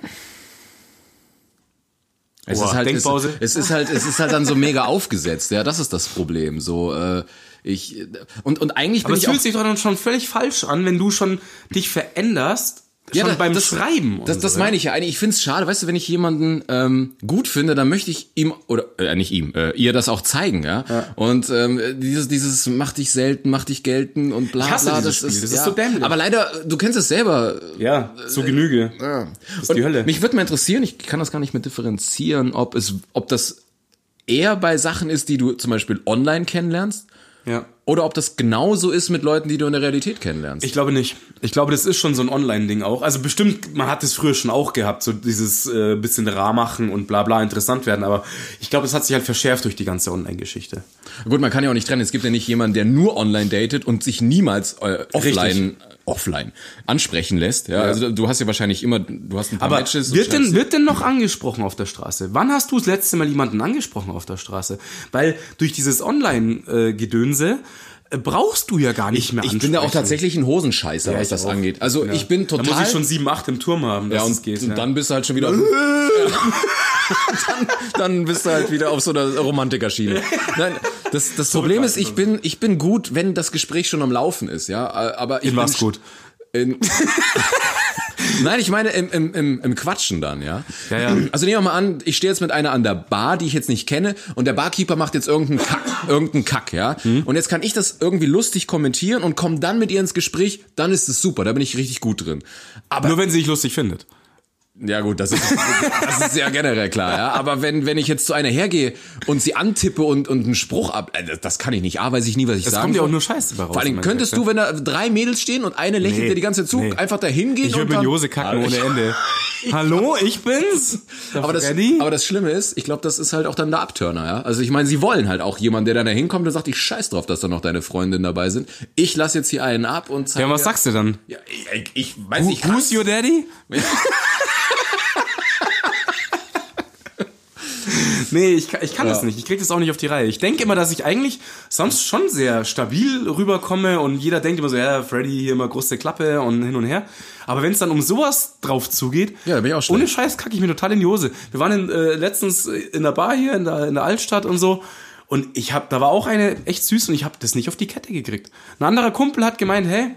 Speaker 1: Es
Speaker 2: Boah,
Speaker 1: ist, halt, es,
Speaker 2: Denkpause.
Speaker 1: es ist halt, es ist halt dann so mega aufgesetzt. Ja, das ist das Problem. So, äh, ich und und eigentlich
Speaker 2: Aber
Speaker 1: bin
Speaker 2: es
Speaker 1: ich auch
Speaker 2: fühlt sich doch dann schon völlig falsch an, wenn du schon dich veränderst, schon
Speaker 1: da-
Speaker 2: beim Schreiben. und
Speaker 1: Das,
Speaker 2: so,
Speaker 1: das
Speaker 2: ja.
Speaker 1: meine ich ja eigentlich. Ich finde es schade, weißt du, wenn ich jemanden ähm, gut finde, dann möchte ich ihm oder äh, nicht ihm, äh, ihr das auch zeigen, ja. Und ähm, dieses, dieses mach dich selten, mach dich gelten und bla
Speaker 2: Ich hasse
Speaker 1: bla.
Speaker 2: dieses Spiel, das ist so dämlich.
Speaker 1: Aber leider, du kennst es selber.
Speaker 2: Ja,
Speaker 1: Äh,
Speaker 2: zu Genüge.
Speaker 1: Das
Speaker 2: ist die Hölle.
Speaker 1: Mich würde mal interessieren, ich kann das gar nicht mehr differenzieren, ob es, ob das eher bei Sachen ist, die du zum Beispiel online kennenlernst,
Speaker 2: Ja.
Speaker 1: oder ob das genauso ist mit Leuten, die du in der Realität kennenlernst.
Speaker 2: Ich glaube nicht. Ich glaube, das ist schon so ein Online-Ding auch. Also bestimmt, man hat es früher schon auch gehabt, so dieses äh, bisschen rar machen und bla bla interessant werden. Aber ich glaube, es hat sich halt verschärft durch die ganze Online-Geschichte.
Speaker 1: Gut, man kann ja auch nicht trennen. Es gibt ja nicht jemanden, der nur online datet und sich niemals äh, offline, offline ansprechen lässt. Ja, Also du hast ja wahrscheinlich immer, du hast ein paar
Speaker 2: Aber
Speaker 1: Matches. und
Speaker 2: wird denn,
Speaker 1: schreibst-
Speaker 2: wird denn noch angesprochen auf der Straße? Wann hast du das letzte Mal jemanden angesprochen auf der Straße? Weil durch dieses Online-Gedönse äh, brauchst du ja gar nicht mehr
Speaker 1: ich bin da auch
Speaker 2: ansprechen.
Speaker 1: tatsächlich ein Hosenscheißer, was
Speaker 2: ich
Speaker 1: das
Speaker 2: auch.
Speaker 1: angeht. Also ich bin total.
Speaker 2: Da muss ich schon 7, 8 im Turm haben, dass
Speaker 1: ja,
Speaker 2: es
Speaker 1: und,
Speaker 2: geht.
Speaker 1: und
Speaker 2: ja.
Speaker 1: dann bist du halt schon wieder. Auf, ja. dann, dann bist du halt wieder auf so einer Romantikerschiene. Nein, das, das Problem ist, ich bin, ich bin gut, wenn das Gespräch schon am Laufen ist, ja. Aber ich
Speaker 2: Dann war's
Speaker 1: bin,
Speaker 2: gut.
Speaker 1: In Nein, ich meine im, im, im, im Quatschen dann, ja?
Speaker 2: Ja, ja.
Speaker 1: Also nehmen wir mal an, ich stehe jetzt mit einer an der Bar, die ich jetzt nicht kenne, und der Barkeeper macht jetzt irgendeinen Kack, irgendeinen Kack ja?
Speaker 2: Mhm.
Speaker 1: Und jetzt kann ich das irgendwie lustig kommentieren und komme dann mit ihr ins Gespräch, dann ist es super, da bin ich richtig gut drin. Aber
Speaker 2: Nur wenn sie dich lustig findet.
Speaker 1: ja gut, das ist, das ist ja generell klar, ja. Aber wenn, wenn ich jetzt zu einer hergehe und sie antippe und, und einen Spruch ab, äh, das- das kann ich nicht, A, weiß ich nie, was ich
Speaker 2: Es
Speaker 1: sagen
Speaker 2: kommt ja auch
Speaker 1: soll.
Speaker 2: nur Scheiße bei raus.
Speaker 1: Vor allem
Speaker 2: im
Speaker 1: könntest
Speaker 2: Endeffekt,
Speaker 1: du, wenn da drei Mädels stehen und eine lächelt
Speaker 2: Nee,
Speaker 1: dir die ganze Zeit zu,
Speaker 2: nee.
Speaker 1: einfach da hingehen
Speaker 2: Ich
Speaker 1: und
Speaker 2: würde mit
Speaker 1: dann,
Speaker 2: Jose kacken
Speaker 1: Alter,
Speaker 2: ohne Ende. Hallo, ich bin's.
Speaker 1: Aber das,
Speaker 2: Freddy?
Speaker 1: aber das Schlimme ist, ich glaube, das ist halt auch dann der Abturner, ja. Also ich meine, sie wollen halt auch jemanden, der dann da hinkommt und sagt, ich scheiß drauf, dass da noch deine Freundinnen dabei sind. Ich lass jetzt hier einen ab und zeig
Speaker 2: ja, was
Speaker 1: dir-
Speaker 2: sagst du dann?
Speaker 1: Ja, ich, ich, ich weiß nicht,
Speaker 2: Who's your daddy? nee, ich, kann- ich kann das nicht. Ich krieg das auch nicht auf die Reihe. Ich denke immer, dass ich eigentlich sonst schon sehr stabil rüberkomme und jeder denkt immer so, ja, Freddy hier immer große Klappe und hin und her. Aber wenn es dann um sowas drauf zugeht,
Speaker 1: Ja, da bin ich auch schlecht.
Speaker 2: ohne Scheiß kacke ich mir total in die Hose. Wir waren in, äh, letztens in der Bar hier in der, in der Altstadt und so. Und ich hab, da war auch eine echt süß und ich habe das nicht auf die Kette gekriegt. Ein anderer Kumpel hat gemeint, hey,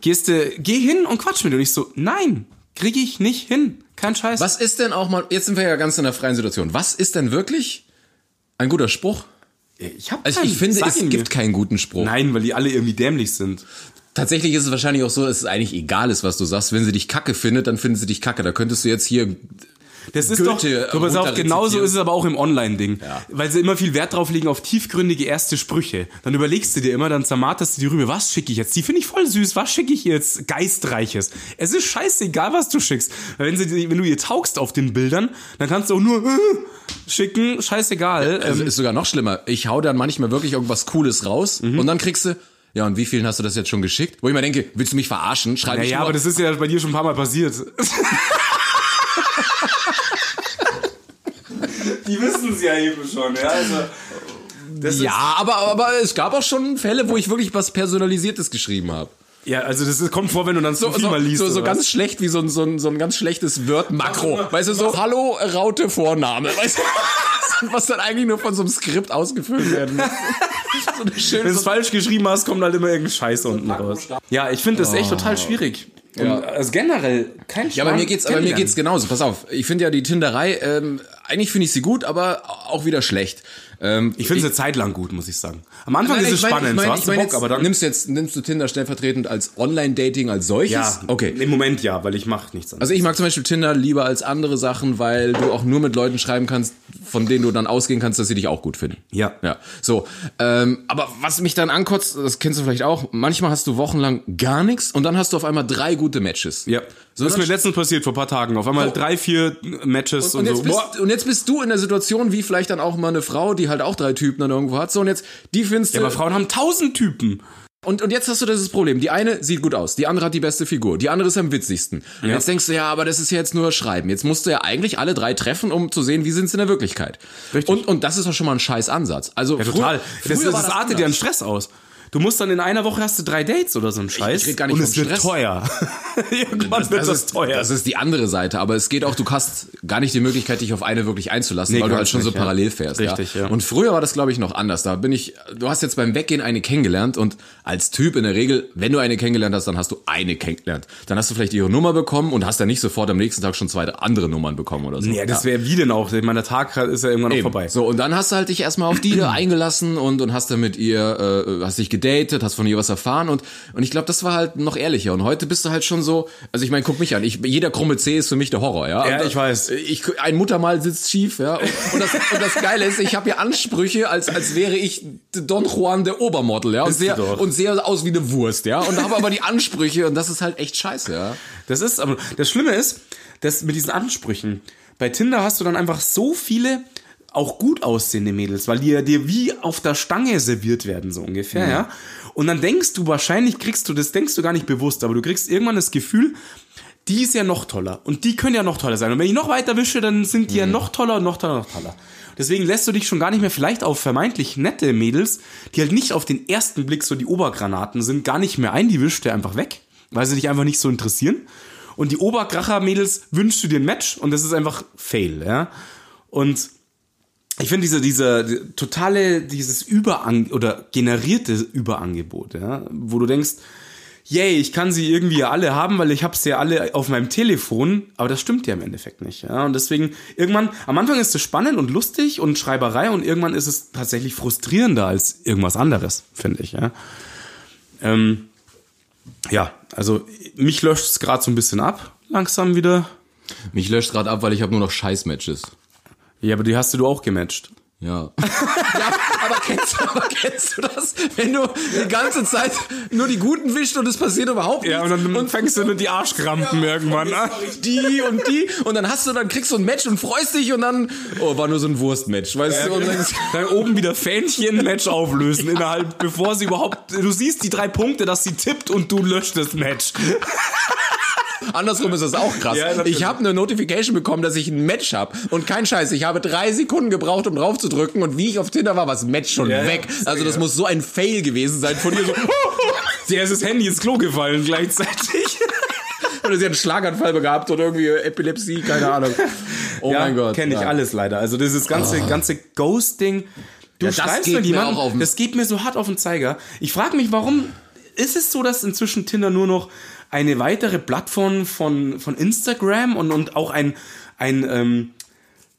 Speaker 2: gehst du, geh hin und quatsch mit. Und ich so, nein, kriege ich nicht hin. Kein Scheiß.
Speaker 1: Was ist denn auch mal, jetzt sind wir ja ganz in der freien Situation. Was ist denn wirklich ein guter Spruch?
Speaker 2: Ich hab
Speaker 1: Also ich
Speaker 2: keinen.
Speaker 1: finde,
Speaker 2: Sag
Speaker 1: es
Speaker 2: ihn mir.
Speaker 1: gibt keinen guten Spruch.
Speaker 2: Nein, weil die alle irgendwie dämlich sind.
Speaker 1: Tatsächlich ist es wahrscheinlich auch so, dass es eigentlich egal ist, was du sagst. Wenn sie dich kacke findet, dann findet sie dich kacke. Da könntest du jetzt hier
Speaker 2: Das ist
Speaker 1: Goethe
Speaker 2: doch, du pass auf,
Speaker 1: runterrezitieren.
Speaker 2: genauso ist es aber auch im Online-Ding.
Speaker 1: Ja.
Speaker 2: Weil sie immer viel Wert drauf legen auf tiefgründige erste Sprüche. Dann überlegst du dir immer, dann zermarterst du dir rüber, was schicke ich jetzt? Die finde ich voll süß, was schicke ich ihr jetzt? Geistreiches. Es ist scheißegal, was du schickst. Weil wenn, sie, dir- wenn du ihr taugst auf den Bildern, dann kannst du auch nur äh, schicken, scheißegal.
Speaker 1: Also
Speaker 2: Ähm,
Speaker 1: ist sogar noch schlimmer. Ich hau dann manchmal wirklich irgendwas Cooles raus
Speaker 2: Mhm.
Speaker 1: und dann kriegst du, ja, und wie vielen hast du das jetzt schon geschickt? Wo ich mir denke, willst du mich verarschen? Schreibe ich
Speaker 2: naja,
Speaker 1: nur-
Speaker 2: aber das ist ja bei dir schon ein paar Mal passiert. Die wissen es ja eben schon, ja. Also, das
Speaker 1: ja, aber, aber es gab auch schon Fälle, wo ich wirklich was Personalisiertes geschrieben habe.
Speaker 2: Ja, also das ist, kommt vor, wenn du dann so,
Speaker 1: So,
Speaker 2: mal liest.
Speaker 1: so, so
Speaker 2: oder was.
Speaker 1: ganz schlecht wie so ein, so ein, so ein ganz schlechtes Word-Makro. Weißt du, so Hallo, Raute, Vorname. Weißt du, was dann eigentlich nur von so einem Skript ausgefüllt werden muss. So eine schöne
Speaker 2: wenn du es falsch geschrieben hast, kommt halt immer irgendein Scheiß unten raus. Ja, ich finde das echt total schwierig. Und Also generell kein
Speaker 1: Oh. Ja, bei mir geht's, aber mir geht's genauso. Pass auf, ich finde ja die Tinderei, ähm, eigentlich finde ich sie gut, aber auch wieder schlecht. Ähm,
Speaker 2: Ich finde es eine Zeit lang gut, muss ich sagen. Am Anfang
Speaker 1: Nein,
Speaker 2: ist es
Speaker 1: ich mein-
Speaker 2: spannend,
Speaker 1: ich mein-
Speaker 2: so
Speaker 1: ich
Speaker 2: hast
Speaker 1: mein
Speaker 2: du
Speaker 1: jetzt,
Speaker 2: Bock, aber dann...
Speaker 1: nimmst du jetzt nimmst du Tinder stellvertretend als Online-Dating als solches?
Speaker 2: Ja,
Speaker 1: okay.
Speaker 2: Im Moment ja, weil ich mache nichts anderes.
Speaker 1: Also ich mag zum Beispiel Tinder lieber als andere Sachen, weil du auch nur mit Leuten schreiben kannst, von denen du dann ausgehen kannst, dass sie dich auch gut finden.
Speaker 2: Ja.
Speaker 1: Ja. So. Ähm, aber was mich dann ankotzt, das kennst du vielleicht auch. Manchmal hast du wochenlang gar nichts und dann hast du auf einmal drei gute Matches.
Speaker 2: ja,
Speaker 1: So
Speaker 2: so das ist
Speaker 1: dann-
Speaker 2: mir letztens passiert, vor ein paar Tagen. Auf einmal
Speaker 1: Also, So.
Speaker 2: drei, vier Matches und,
Speaker 1: Und
Speaker 2: so.
Speaker 1: jetzt,
Speaker 2: Boah.
Speaker 1: bist, und jetzt bist du in der Situation, wie vielleicht dann auch mal eine Frau, die halt auch drei Typen dann irgendwo hat. So, und jetzt, die findest
Speaker 2: Ja,
Speaker 1: du.
Speaker 2: aber Frauen haben tausend Typen.
Speaker 1: Und, und jetzt hast du dieses Problem. Die eine sieht gut aus, die andere hat die beste Figur, die andere ist am witzigsten. Und jetzt denkst du, ja, aber das ist ja jetzt nur Schreiben. Jetzt musst du ja eigentlich alle drei treffen, um zu sehen, wie sind sie in der Wirklichkeit.
Speaker 2: Richtig.
Speaker 1: Und, und das ist doch schon mal ein scheiß Ansatz. Also
Speaker 2: Ja, total.
Speaker 1: Früher,
Speaker 2: das
Speaker 1: früher
Speaker 2: das,
Speaker 1: war
Speaker 2: das artet
Speaker 1: anders.
Speaker 2: ja einen Stress aus. Du musst dann in einer Woche hast du drei Dates oder so einen Scheiß.
Speaker 1: ich red gar nicht
Speaker 2: und
Speaker 1: vom
Speaker 2: es wird
Speaker 1: Stress.
Speaker 2: teuer. Irgendwann wird das,
Speaker 1: ist,
Speaker 2: teuer.
Speaker 1: Das ist die andere Seite, aber es geht auch, du hast gar nicht die Möglichkeit, dich auf eine wirklich einzulassen,
Speaker 2: Nee,
Speaker 1: weil du halt
Speaker 2: kannst
Speaker 1: schon so
Speaker 2: nicht, ja.
Speaker 1: parallel fährst.
Speaker 2: Richtig, ja.
Speaker 1: Und früher war das, glaube ich, noch anders. Da bin ich, du hast jetzt beim Weggehen eine kennengelernt und als Typ in der Regel, wenn du eine kennengelernt hast, dann hast du eine kennengelernt. Dann hast du vielleicht ihre Nummer bekommen und hast dann nicht sofort am nächsten Tag schon zwei andere Nummern bekommen oder so.
Speaker 2: ja, das wäre wie denn auch? Ich meine, der Tag ist ja irgendwann auch
Speaker 1: Eben.
Speaker 2: vorbei.
Speaker 1: So, und dann hast du halt dich erstmal auf die da eingelassen und, und hast dann mit ihr, äh, hast dich gedatet, hast von ihr was erfahren und, und ich glaube, das war halt noch ehrlicher. Und heute bist du halt schon so, also ich meine, guck mich an, ich, jeder krumme C ist für mich der Horror, ja.
Speaker 2: Ja,
Speaker 1: Und,
Speaker 2: ich weiß.
Speaker 1: äh, Ich, ein Muttermal sitzt schief, ja. Und, und, das, und das Geile ist, ich habe ja Ansprüche, als, als wäre ich Don Juan der Obermodel, ja. Und
Speaker 2: Bist du
Speaker 1: sehe,
Speaker 2: doch.
Speaker 1: und sehe aus wie eine Wurst, ja. Und habe aber die Ansprüche und das ist halt echt scheiße, ja.
Speaker 2: Das ist, aber das Schlimme ist, dass mit diesen Ansprüchen, bei Tinder hast du dann einfach so viele auch gut aussehende Mädels, weil die ja dir wie auf der Stange serviert werden, so ungefähr,
Speaker 1: Mhm.
Speaker 2: ja. Und dann denkst du, wahrscheinlich kriegst du, das denkst du gar nicht bewusst, aber du kriegst irgendwann das Gefühl, die ist ja noch toller und die können ja noch toller sein. Und wenn ich noch weiter wische, dann sind die ja noch toller und noch toller, noch toller. Deswegen lässt du dich schon gar nicht mehr vielleicht auf vermeintlich nette Mädels, die halt nicht auf den ersten Blick so die Obergranaten sind, gar nicht mehr ein. Die wischt er einfach weg, weil sie dich einfach nicht so interessieren. Und die Oberkracher-Mädels wünschst du dir ein Match und das ist einfach Fail, ja. Und ich finde diese, diese die- totale, dieses Überang oder generierte Überangebot, ja, wo du denkst, yay, ich kann sie irgendwie ja alle haben, weil ich habe sie ja alle auf meinem Telefon, aber das stimmt ja im Endeffekt nicht. Ja? Und deswegen, irgendwann, am Anfang ist es spannend und lustig und Schreiberei und irgendwann ist es tatsächlich frustrierender als irgendwas anderes, finde ich. Ja? Ähm, ja, also mich löscht es gerade so ein bisschen ab, langsam wieder.
Speaker 1: Mich löscht gerade ab, weil ich habe nur noch Scheiß-Matches.
Speaker 2: Ja, aber die hast du auch gematcht.
Speaker 1: Ja. ja aber, kennst, aber kennst du das, wenn du die ganze Zeit nur die Guten wischt und es passiert überhaupt nichts?
Speaker 2: fängst du nur die Arschkrampen irgendwann an.
Speaker 1: die und die und dann hast du, dann kriegst du ein Match und freust dich und dann, oh, war nur so ein Wurstmatch, weißt du? Und
Speaker 2: genau.
Speaker 1: dann,
Speaker 2: Dann Äh, oben wieder Fähnchen-Match auflösen, innerhalb, bevor sie überhaupt. Du siehst die drei Punkte, dass sie tippt und du löscht das Match.
Speaker 1: andersrum ist das auch krass.
Speaker 2: Ja, natürlich.
Speaker 1: ich habe eine Notification bekommen, dass ich ein Match habe und kein Scheiß, ich habe drei Sekunden gebraucht, um drauf zu drücken und wie ich auf Tinder war, war das Match schon
Speaker 2: Ja, ja.
Speaker 1: weg. Also das muss so ein Fail gewesen sein von ihr. So,
Speaker 2: Der ist das Handy ins Klo gefallen gleichzeitig.
Speaker 1: oder sie hat einen Schlaganfall gehabt oder irgendwie Epilepsie, keine Ahnung. Oh mein Gott.
Speaker 2: Kenne ich
Speaker 1: ja. Ah.
Speaker 2: alles leider. Also dieses ganze, ganze Ghosting. Du
Speaker 1: Ja, das
Speaker 2: schreibst
Speaker 1: geht
Speaker 2: mit
Speaker 1: mir
Speaker 2: jemandem,
Speaker 1: auch auf den-
Speaker 2: das geht mir so hart auf den Zeiger. Ich frage mich, warum ist es so, dass inzwischen Tinder nur noch eine weitere Plattform von, von Instagram und, und auch ein, ein ähm,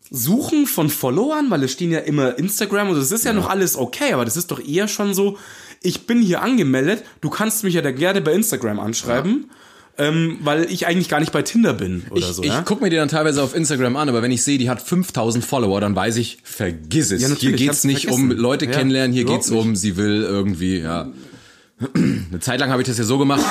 Speaker 2: Suchen von Followern, weil es stehen ja immer Instagram und es ist ja, noch alles okay, aber das ist doch eher schon so, ich bin hier angemeldet, du kannst mich ja da gerne bei Instagram anschreiben, ähm, weil ich eigentlich gar nicht bei Tinder bin oder so. ne?
Speaker 1: Ich
Speaker 2: ja?
Speaker 1: guck mir die dann teilweise auf Instagram an, aber wenn ich sehe, die hat 5000 Follower, dann weiß ich, vergiss es. hier
Speaker 2: natürlich,
Speaker 1: geht's
Speaker 2: kannst
Speaker 1: nicht um
Speaker 2: vergessen.
Speaker 1: Leute
Speaker 2: Ja,
Speaker 1: kennenlernen, hier
Speaker 2: überhaupt
Speaker 1: geht's um, sie will irgendwie, ja. Eine Zeit lang habe ich das ja so gemacht,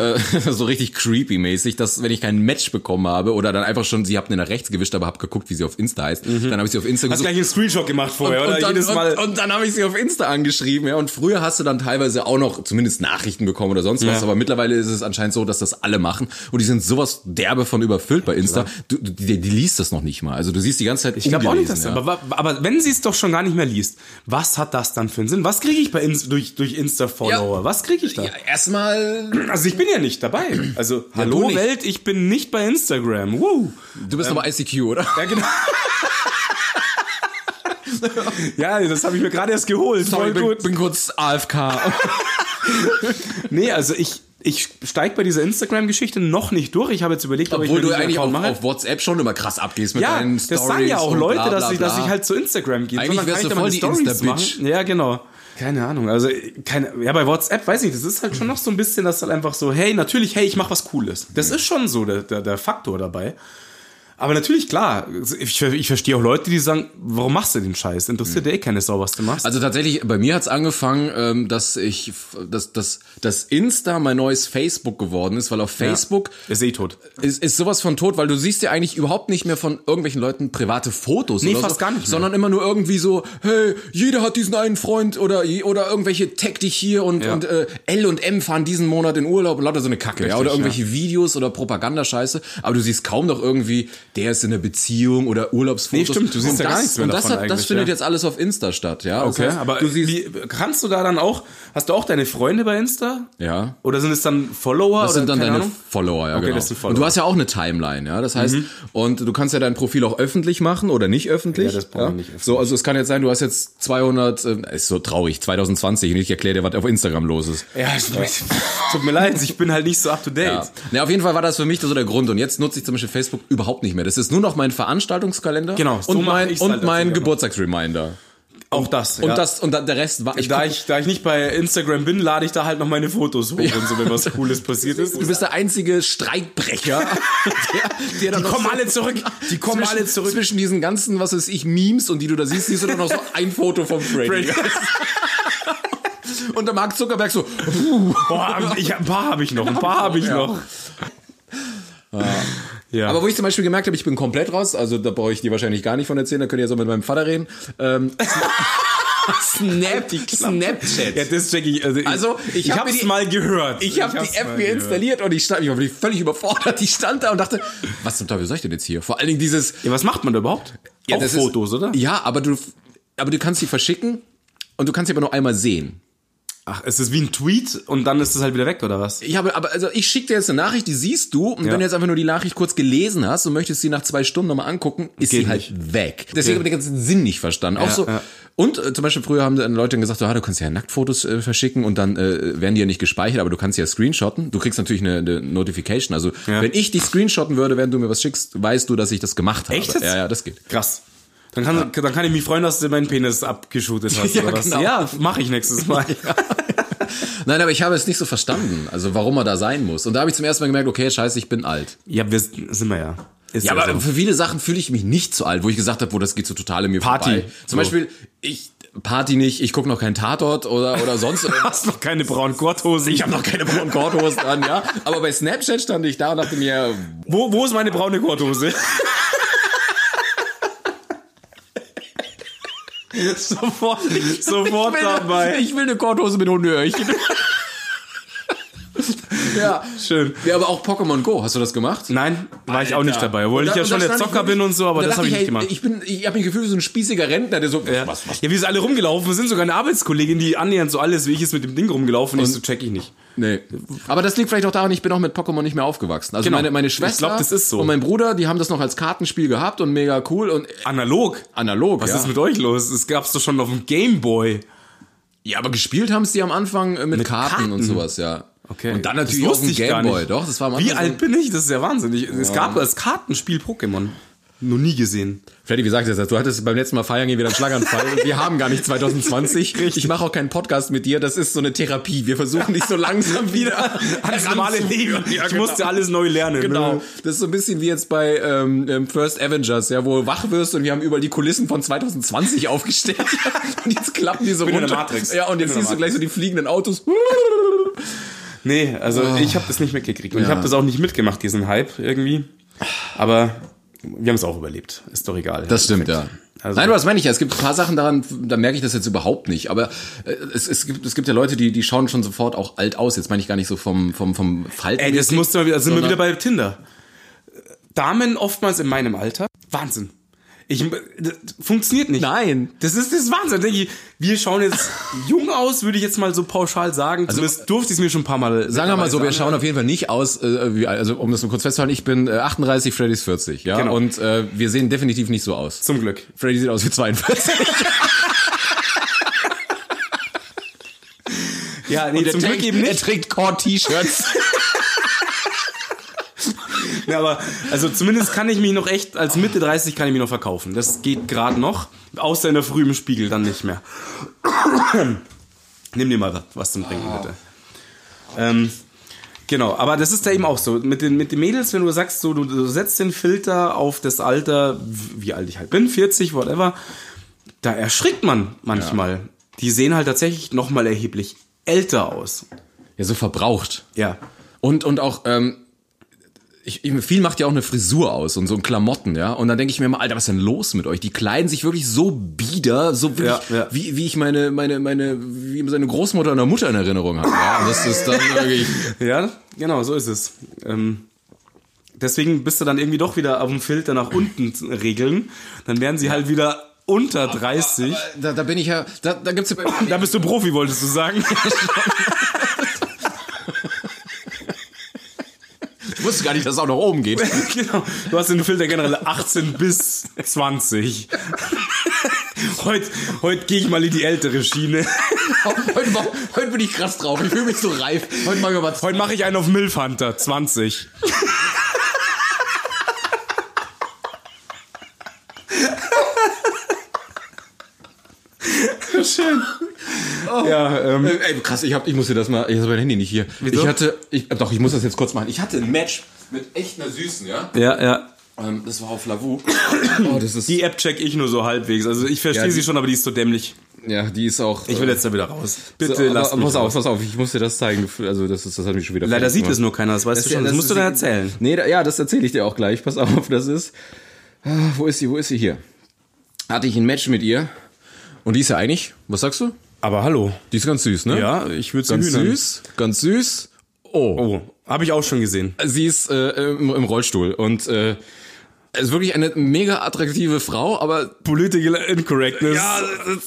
Speaker 1: äh, so richtig creepy mäßig, dass wenn ich kein Match bekommen habe oder dann einfach schon, sie habt mir nach rechts gewischt, aber hab geguckt, wie sie auf Insta heißt, dann habe ich sie auf Insta gesucht.
Speaker 2: Mhm. Hast Also gleich einen Screenshot gemacht vorher, oder?
Speaker 1: und dann,
Speaker 2: Jedes Mal.
Speaker 1: und, und dann habe ich sie auf Insta angeschrieben, ja. Und früher hast du dann teilweise auch noch zumindest Nachrichten bekommen oder sonst was,
Speaker 2: Ja.
Speaker 1: aber mittlerweile ist es anscheinend so, dass das alle machen. Und die sind sowas derbe von überfüllt bei Insta. Du, du, die, die liest das noch nicht mal. Also du siehst die ganze Zeit.
Speaker 2: ich glaube auch nicht, dass
Speaker 1: ja.
Speaker 2: aber, aber wenn sie es doch schon gar nicht mehr liest, was hat das dann für einen Sinn? Was kriege ich bei Inst- durch, durch Insta-Follower?
Speaker 1: Ja.
Speaker 2: Was kriege ich da?
Speaker 1: ja, erstmal,
Speaker 2: Also ich bin ja nicht dabei. Also, hallo
Speaker 1: nicht.
Speaker 2: Welt, ich bin nicht bei Instagram. Woo.
Speaker 1: du bist aber ICQ, oder?
Speaker 2: Ähm, Ja, genau. ja, das habe ich mir gerade erst geholt.
Speaker 1: Sorry,
Speaker 2: Voll
Speaker 1: bin,
Speaker 2: gut.
Speaker 1: bin kurz AFK.
Speaker 2: Nee, also ich, ich steige bei dieser Instagram-Geschichte noch nicht durch. Ich habe jetzt überlegt, ob
Speaker 1: Obwohl
Speaker 2: ich mir
Speaker 1: du
Speaker 2: diesen
Speaker 1: eigentlich auf,
Speaker 2: Account mache.
Speaker 1: auf WhatsApp schon immer krass abgehst mit
Speaker 2: Ja,
Speaker 1: deinen
Speaker 2: das
Speaker 1: Stories.
Speaker 2: sagen ja auch
Speaker 1: und
Speaker 2: Leute,
Speaker 1: bla, bla,
Speaker 2: dass, ich,
Speaker 1: bla.
Speaker 2: dass ich halt zu Instagram gehe.
Speaker 1: Eigentlich
Speaker 2: Sondern
Speaker 1: wärst
Speaker 2: kann
Speaker 1: du
Speaker 2: ich damit
Speaker 1: voll die
Speaker 2: Stories
Speaker 1: Insta-Bitch.
Speaker 2: machen. Ja, genau. Keine Ahnung. Also, keine, ja, bei WhatsApp weiß ich, das ist halt schon noch so ein bisschen, dass halt einfach so, hey, natürlich, hey, ich mach was Cooles. Das ist schon so der, der, der Faktor dabei. Aber natürlich, klar, ich, ich verstehe auch Leute, die sagen, warum machst du den Scheiß? Interessiert dir eh keine Sau, was du machst.
Speaker 1: Also tatsächlich, bei mir hat's angefangen, ähm, dass ich, f- dass, dass, dass Insta mein neues Facebook geworden ist, weil auf Facebook
Speaker 2: ist eh tot.
Speaker 1: ist, ist sowas von tot, weil du siehst ja eigentlich überhaupt nicht mehr von irgendwelchen Leuten private Fotos nee, oder
Speaker 2: fast
Speaker 1: so,
Speaker 2: gar nicht mehr.
Speaker 1: sondern immer nur irgendwie so, hey, jeder hat diesen einen Freund oder je- oder irgendwelche tag dich hier und
Speaker 2: Ja.
Speaker 1: und äh, L und M fahren diesen Monat in Urlaub und lauter so eine Kacke, ja,
Speaker 2: Richtig,
Speaker 1: oder
Speaker 2: ja.
Speaker 1: irgendwelche Videos oder Propagandascheiße, aber du siehst kaum noch irgendwie, der ist in einer Beziehung oder Urlaubsfotos.
Speaker 2: Nee, stimmt, du siehst
Speaker 1: und
Speaker 2: ja
Speaker 1: das,
Speaker 2: gar nichts mehr
Speaker 1: und das,
Speaker 2: davon
Speaker 1: hat, das
Speaker 2: eigentlich,
Speaker 1: findet
Speaker 2: ja.
Speaker 1: jetzt alles auf Insta statt, ja. Das
Speaker 2: Okay,
Speaker 1: heißt,
Speaker 2: aber
Speaker 1: du siehst,
Speaker 2: wie, kannst du da dann auch, hast du auch deine Freunde bei Insta?
Speaker 1: ja.
Speaker 2: Oder sind es dann Follower?
Speaker 1: Das
Speaker 2: oder
Speaker 1: sind dann
Speaker 2: keine
Speaker 1: deine
Speaker 2: Ahnung?
Speaker 1: Follower, ja
Speaker 2: Okay,
Speaker 1: genau.
Speaker 2: das sind Follower. Mhm.
Speaker 1: Und du hast ja auch eine Timeline, ja. Das heißt, und du kannst ja dein Profil auch öffentlich machen oder nicht öffentlich.
Speaker 2: Ja, das braucht man nicht öffentlich.
Speaker 1: So, also es kann jetzt sein, du hast jetzt 200, ähm, ist so traurig, 2020 und ich erkläre dir, was auf Instagram los ist.
Speaker 2: Ja, ich- tut mir leid, ich bin halt nicht so up to date.
Speaker 1: Ja. Ne, auf jeden Fall war das für mich so der Grund und jetzt nutze ich zum Beispiel Facebook überhaupt nicht mehr. Das ist nur noch mein Veranstaltungskalender
Speaker 2: Genau, so
Speaker 1: und
Speaker 2: mache
Speaker 1: mein
Speaker 2: ich's
Speaker 1: und
Speaker 2: halt
Speaker 1: mein
Speaker 2: tatsächlich auch.
Speaker 1: Geburtstagsreminder.
Speaker 2: Auch das.
Speaker 1: Und
Speaker 2: ja.
Speaker 1: das und dann der Rest war ich
Speaker 2: Da ich, da ich nicht bei Instagram bin, lade ich da halt noch meine Fotos hoch und so, wenn was Cooles passiert ist.
Speaker 1: Du bist der einzige Streikbrecher, der, der dann
Speaker 2: Die
Speaker 1: noch
Speaker 2: kommen
Speaker 1: so-
Speaker 2: alle zurück. Die kommen
Speaker 1: zwischen,
Speaker 2: alle zurück.
Speaker 1: Zwischen diesen ganzen, was weiß ich, Memes und die du da siehst, siehst du dann noch so ein Foto vom Brady. und der Mark Zuckerberg so, puh.
Speaker 2: Boah, ich, ein paar habe ich noch, ein paar habe ich
Speaker 1: Ja.
Speaker 2: noch. Ja.
Speaker 1: Aber wo ich zum Beispiel gemerkt habe, ich bin komplett raus, also da brauche ich dir wahrscheinlich gar nicht von erzählen, da könnt ihr ja so mit meinem Vater reden. Ähm, Snap, Snapchat.
Speaker 2: Halt ja, das check ich. Also, ich,
Speaker 1: Also, ich hab
Speaker 2: hab's
Speaker 1: mir die-
Speaker 2: mal gehört.
Speaker 1: Ich habe die
Speaker 2: hab's mal
Speaker 1: App mir
Speaker 2: gehört.
Speaker 1: installiert und ich, stand, ich war wirklich völlig überfordert. Ich stand da und dachte, was zum Teufel soll ich denn jetzt hier? Vor allen Dingen dieses,
Speaker 2: Ja, was macht man da überhaupt?
Speaker 1: Ja,
Speaker 2: auch
Speaker 1: das
Speaker 2: Fotos,
Speaker 1: ist,
Speaker 2: oder?
Speaker 1: Ja, aber du, aber du kannst sie verschicken und du kannst sie aber nur einmal sehen.
Speaker 2: Ach, es ist wie ein Tweet und dann ist es halt wieder weg, oder was?
Speaker 1: Ich habe, aber also ich schicke dir jetzt eine Nachricht, die siehst du und
Speaker 2: Ja.
Speaker 1: wenn du jetzt einfach nur die Nachricht kurz gelesen hast und möchtest sie nach zwei Stunden nochmal angucken, ist
Speaker 2: Geht
Speaker 1: sie halt weg. Deswegen habe ich den ganzen Sinn nicht verstanden. Auch
Speaker 2: Ja,
Speaker 1: so.
Speaker 2: ja.
Speaker 1: Und äh, zum Beispiel früher haben dann Leute gesagt, so, ah, du kannst ja Nacktfotos äh, verschicken und dann äh, werden die ja nicht gespeichert, aber du kannst sie ja screenshotten. Du kriegst natürlich eine, eine Notification. Also
Speaker 2: Ja.
Speaker 1: wenn ich dich screenshotten würde, während du mir was schickst, weißt du, dass ich das gemacht habe.
Speaker 2: Echt jetzt?
Speaker 1: Ja, ja, das geht.
Speaker 2: Krass. Dann kann, dann kann ich mich freuen, dass du meinen Penis abgeschootet hast,
Speaker 1: Ja,
Speaker 2: oder was?
Speaker 1: genau.
Speaker 2: Ja, mache ich nächstes Mal.
Speaker 1: Nein, aber ich habe es nicht so verstanden, also warum er da sein muss. Und da habe ich zum ersten Mal gemerkt, okay, scheiße, ich bin alt.
Speaker 2: Ja, wir sind wir ja. Ist
Speaker 1: Ja, aber
Speaker 2: so.
Speaker 1: für viele Sachen fühle ich mich nicht zu alt, wo ich gesagt habe, wo das geht so total in mir
Speaker 2: Party.
Speaker 1: vorbei. Zum
Speaker 2: So.
Speaker 1: Beispiel, ich Party nicht, ich gucke noch keinen Tatort oder, oder sonst irgendwas.
Speaker 2: hast noch keine braunen Korthosen.
Speaker 1: äh, Ich habe noch keine braunen Korthosen an, ja. Aber bei Snapchat stand ich da und dachte mir,
Speaker 2: Wo, wo ist meine braune Korthose? sofort sofort
Speaker 1: ich will,
Speaker 2: dabei.
Speaker 1: ich will eine Korthose mit Hundeöhrchen. ja.
Speaker 2: Schön.
Speaker 1: Ja, aber auch Pokémon Go, hast du das gemacht?
Speaker 2: Nein, war ich auch nicht dabei, obwohl ich
Speaker 1: Und da-
Speaker 2: ja
Speaker 1: und
Speaker 2: schon
Speaker 1: da
Speaker 2: der
Speaker 1: stand
Speaker 2: Zocker
Speaker 1: wirklich-
Speaker 2: bin und so, aber
Speaker 1: da
Speaker 2: das
Speaker 1: dachte
Speaker 2: habe ich
Speaker 1: ich,
Speaker 2: nicht
Speaker 1: ey,
Speaker 2: gemacht.
Speaker 1: Ich bin, ich habe mich gefühlt wie so ein spießiger Rentner, der so, was, was,
Speaker 2: Ja, wir sind alle rumgelaufen, wir sind sogar eine Arbeitskollegin, die annähernd so alles wie ich ist mit dem Ding rumgelaufen. Und ich so check ich nicht.
Speaker 1: Nee. Aber das liegt vielleicht auch daran, ich bin auch mit Pokémon nicht mehr aufgewachsen. Also
Speaker 2: Genau.
Speaker 1: meine, meine
Speaker 2: Ich
Speaker 1: Schwester
Speaker 2: glaub, das ist so.
Speaker 1: und mein Bruder, die haben das noch als Kartenspiel gehabt und mega cool und äh,
Speaker 2: Analog.
Speaker 1: analog.
Speaker 2: Was
Speaker 1: ja.
Speaker 2: ist mit euch los? Es gab's doch schon auf dem Gameboy.
Speaker 1: ja, aber gespielt haben es die am Anfang äh, mit, Karten, und
Speaker 2: Karten?
Speaker 1: sowas, ja.
Speaker 2: Okay.
Speaker 1: Und dann
Speaker 2: das
Speaker 1: natürlich auf
Speaker 2: wusste
Speaker 1: dem
Speaker 2: ich gar
Speaker 1: Gameboy.
Speaker 2: nicht.
Speaker 1: Doch, das war am Anfang.
Speaker 2: Wie alt bin ich? Das ist ja wahnsinnig. Es gab das Kartenspiel Pokémon. Noch nie gesehen.
Speaker 1: Freddy, wie sagt ihr das? Du hattest beim letzten Mal feiern gehen wieder einen Schlaganfall. Wir haben gar nicht 2020. Ich mache auch keinen Podcast mit dir. Das ist so eine Therapie. Wir versuchen dich so langsam wieder
Speaker 2: Alles normale Leben.
Speaker 1: heranzuführen. Ja,
Speaker 2: ich
Speaker 1: genau.
Speaker 2: musste alles neu lernen.
Speaker 1: Genau.
Speaker 2: Ne?
Speaker 1: Das ist so ein bisschen wie jetzt bei ähm, ähm, First Avengers, ja, wo du wach wirst und wir haben überall die Kulissen von 2020 aufgestellt. und jetzt klappen die so
Speaker 2: Bin in
Speaker 1: runter.
Speaker 2: der Matrix.
Speaker 1: Ja, und
Speaker 2: Bin
Speaker 1: jetzt
Speaker 2: in der
Speaker 1: siehst du gleich so die fliegenden Autos.
Speaker 2: Nee, also
Speaker 1: Ah.
Speaker 2: ich habe das nicht mitgekriegt. Und ich habe das auch nicht mitgemacht, diesen Hype irgendwie. Aber wir haben es auch überlebt. Ist doch egal.
Speaker 1: Das stimmt, ja.
Speaker 2: Also-
Speaker 1: Nein, aber das meine ich ja. Es gibt ein paar Sachen daran, da merke ich das jetzt überhaupt nicht. Aber äh, es, es, gibt, es gibt ja Leute, die, die schauen schon sofort auch alt aus. Jetzt meine ich gar nicht so vom, vom, vom Falten.
Speaker 2: Ey, das musste mal wieder, da sind wir
Speaker 1: Sondern-
Speaker 2: wieder bei Tinder. Damen oftmals in meinem Alter. Wahnsinn. Ich, das funktioniert nicht.
Speaker 1: Nein.
Speaker 2: Das ist das ist Wahnsinn. Denke ich, wir schauen jetzt jung aus, würde ich jetzt mal so pauschal sagen. Also durfte ich es mir schon ein paar Mal
Speaker 1: Sagen wir mal so, wir schauen auf jeden Fall nicht aus, äh, wie, also um das nur kurz festzuhalten, ich bin äh, 38, Freddy ist 40, ja,
Speaker 2: Genau.
Speaker 1: und äh, wir sehen definitiv nicht so aus.
Speaker 2: Zum Glück.
Speaker 1: Freddy sieht aus wie 42.
Speaker 2: Ja, nee,
Speaker 1: Der
Speaker 2: zum Glück
Speaker 1: trägt-
Speaker 2: eben
Speaker 1: Er
Speaker 2: nicht.
Speaker 1: trägt Core-T-Shirts.
Speaker 2: Ja, aber also zumindest kann ich mich noch echt als Mitte 30 kann ich mich noch verkaufen. Das geht gerade noch, außer in der frühen Spiegel dann nicht mehr. Nimm dir mal was zum Trinken bitte. Ähm, Genau, aber das ist ja eben auch so. Mit den, mit den Mädels, wenn du sagst, so, du, du setzt den Filter auf das Alter, wie alt ich halt bin, 40, whatever, da erschrickt man manchmal. Die sehen halt tatsächlich nochmal erheblich älter aus.
Speaker 1: Ja, so verbraucht.
Speaker 2: Ja.
Speaker 1: Und, und auch, ähm, ich, ich, viel macht ja auch eine Frisur aus und so ein Klamotten, ja. Und dann denke ich mir mal, Alter, was ist denn los mit euch? Die kleiden sich wirklich so bieder, so wirklich,
Speaker 2: Ja, ja.
Speaker 1: Wie, wie ich meine, meine, meine, wie seine Großmutter und Mutter in Erinnerung habe. Ja, Und das ist dann wirklich.
Speaker 2: Ja, genau, so ist es. Ähm, deswegen bist du dann irgendwie doch wieder auf dem Filter nach unten zu regeln. Dann werden sie halt wieder unter 30.
Speaker 1: Da, da bin ich ja, da, da gibt's ja bei,
Speaker 2: Da bist du Profi, wolltest du sagen.
Speaker 1: ich wusste gar nicht, dass es auch nach oben geht.
Speaker 2: genau. Du hast in den Filter generell 18 bis 20. Heute heut gehe ich mal in die ältere Schiene.
Speaker 1: Heute, mach- heute bin ich krass drauf. Ich fühle mich so reif. Heute mache ich mal
Speaker 2: Heute mache ich einen auf Milf Hunter, 20. Schön. Ja, ähm,
Speaker 1: Äh, Ey, krass, ich, hab, ich muss dir das mal, ich habe mein Handy nicht hier.
Speaker 2: Wieso?
Speaker 1: Ich hatte, ich, äh, doch, ich muss das jetzt kurz machen. Ich hatte ein Match mit echt einer Süßen, ja?
Speaker 2: ja, ja.
Speaker 1: Ähm, das war auf Lavu. oh, das ist,
Speaker 2: Die App check ich nur so halbwegs. Also ich verstehe
Speaker 1: Ja,
Speaker 2: sie
Speaker 1: die-
Speaker 2: schon, aber die ist so dämlich.
Speaker 1: ja, die ist auch. äh,
Speaker 2: Ich will jetzt da wieder raus. Bitte
Speaker 1: so, aber-
Speaker 2: lass
Speaker 1: aber
Speaker 2: mich.
Speaker 1: Pass auf, pass auf, ich muss dir das zeigen. Also, das, ist, das hat mich schon wieder.
Speaker 2: Leider
Speaker 1: fertig
Speaker 2: sieht es
Speaker 1: gemacht.
Speaker 2: nur keiner, das weißt du schon. Das, musst du
Speaker 1: ist-
Speaker 2: dann erzählen.
Speaker 1: Nee, da, ja, das erzähle ich dir auch gleich. Pass auf, das ist. Ah, Wo ist sie, wo ist sie hier? Hatte ich ein Match mit ihr. Und die ist ja eigentlich, was sagst du?
Speaker 2: Aber hallo.
Speaker 1: Die ist ganz süß, ne?
Speaker 2: Ja, ich würde
Speaker 1: Ganz
Speaker 2: sagen.
Speaker 1: süß, ganz süß. Oh.
Speaker 2: Oh, habe ich auch schon gesehen.
Speaker 1: sie ist äh, im, im Rollstuhl und äh, ist wirklich eine mega attraktive Frau, aber
Speaker 2: Political Incorrectness.
Speaker 1: ja,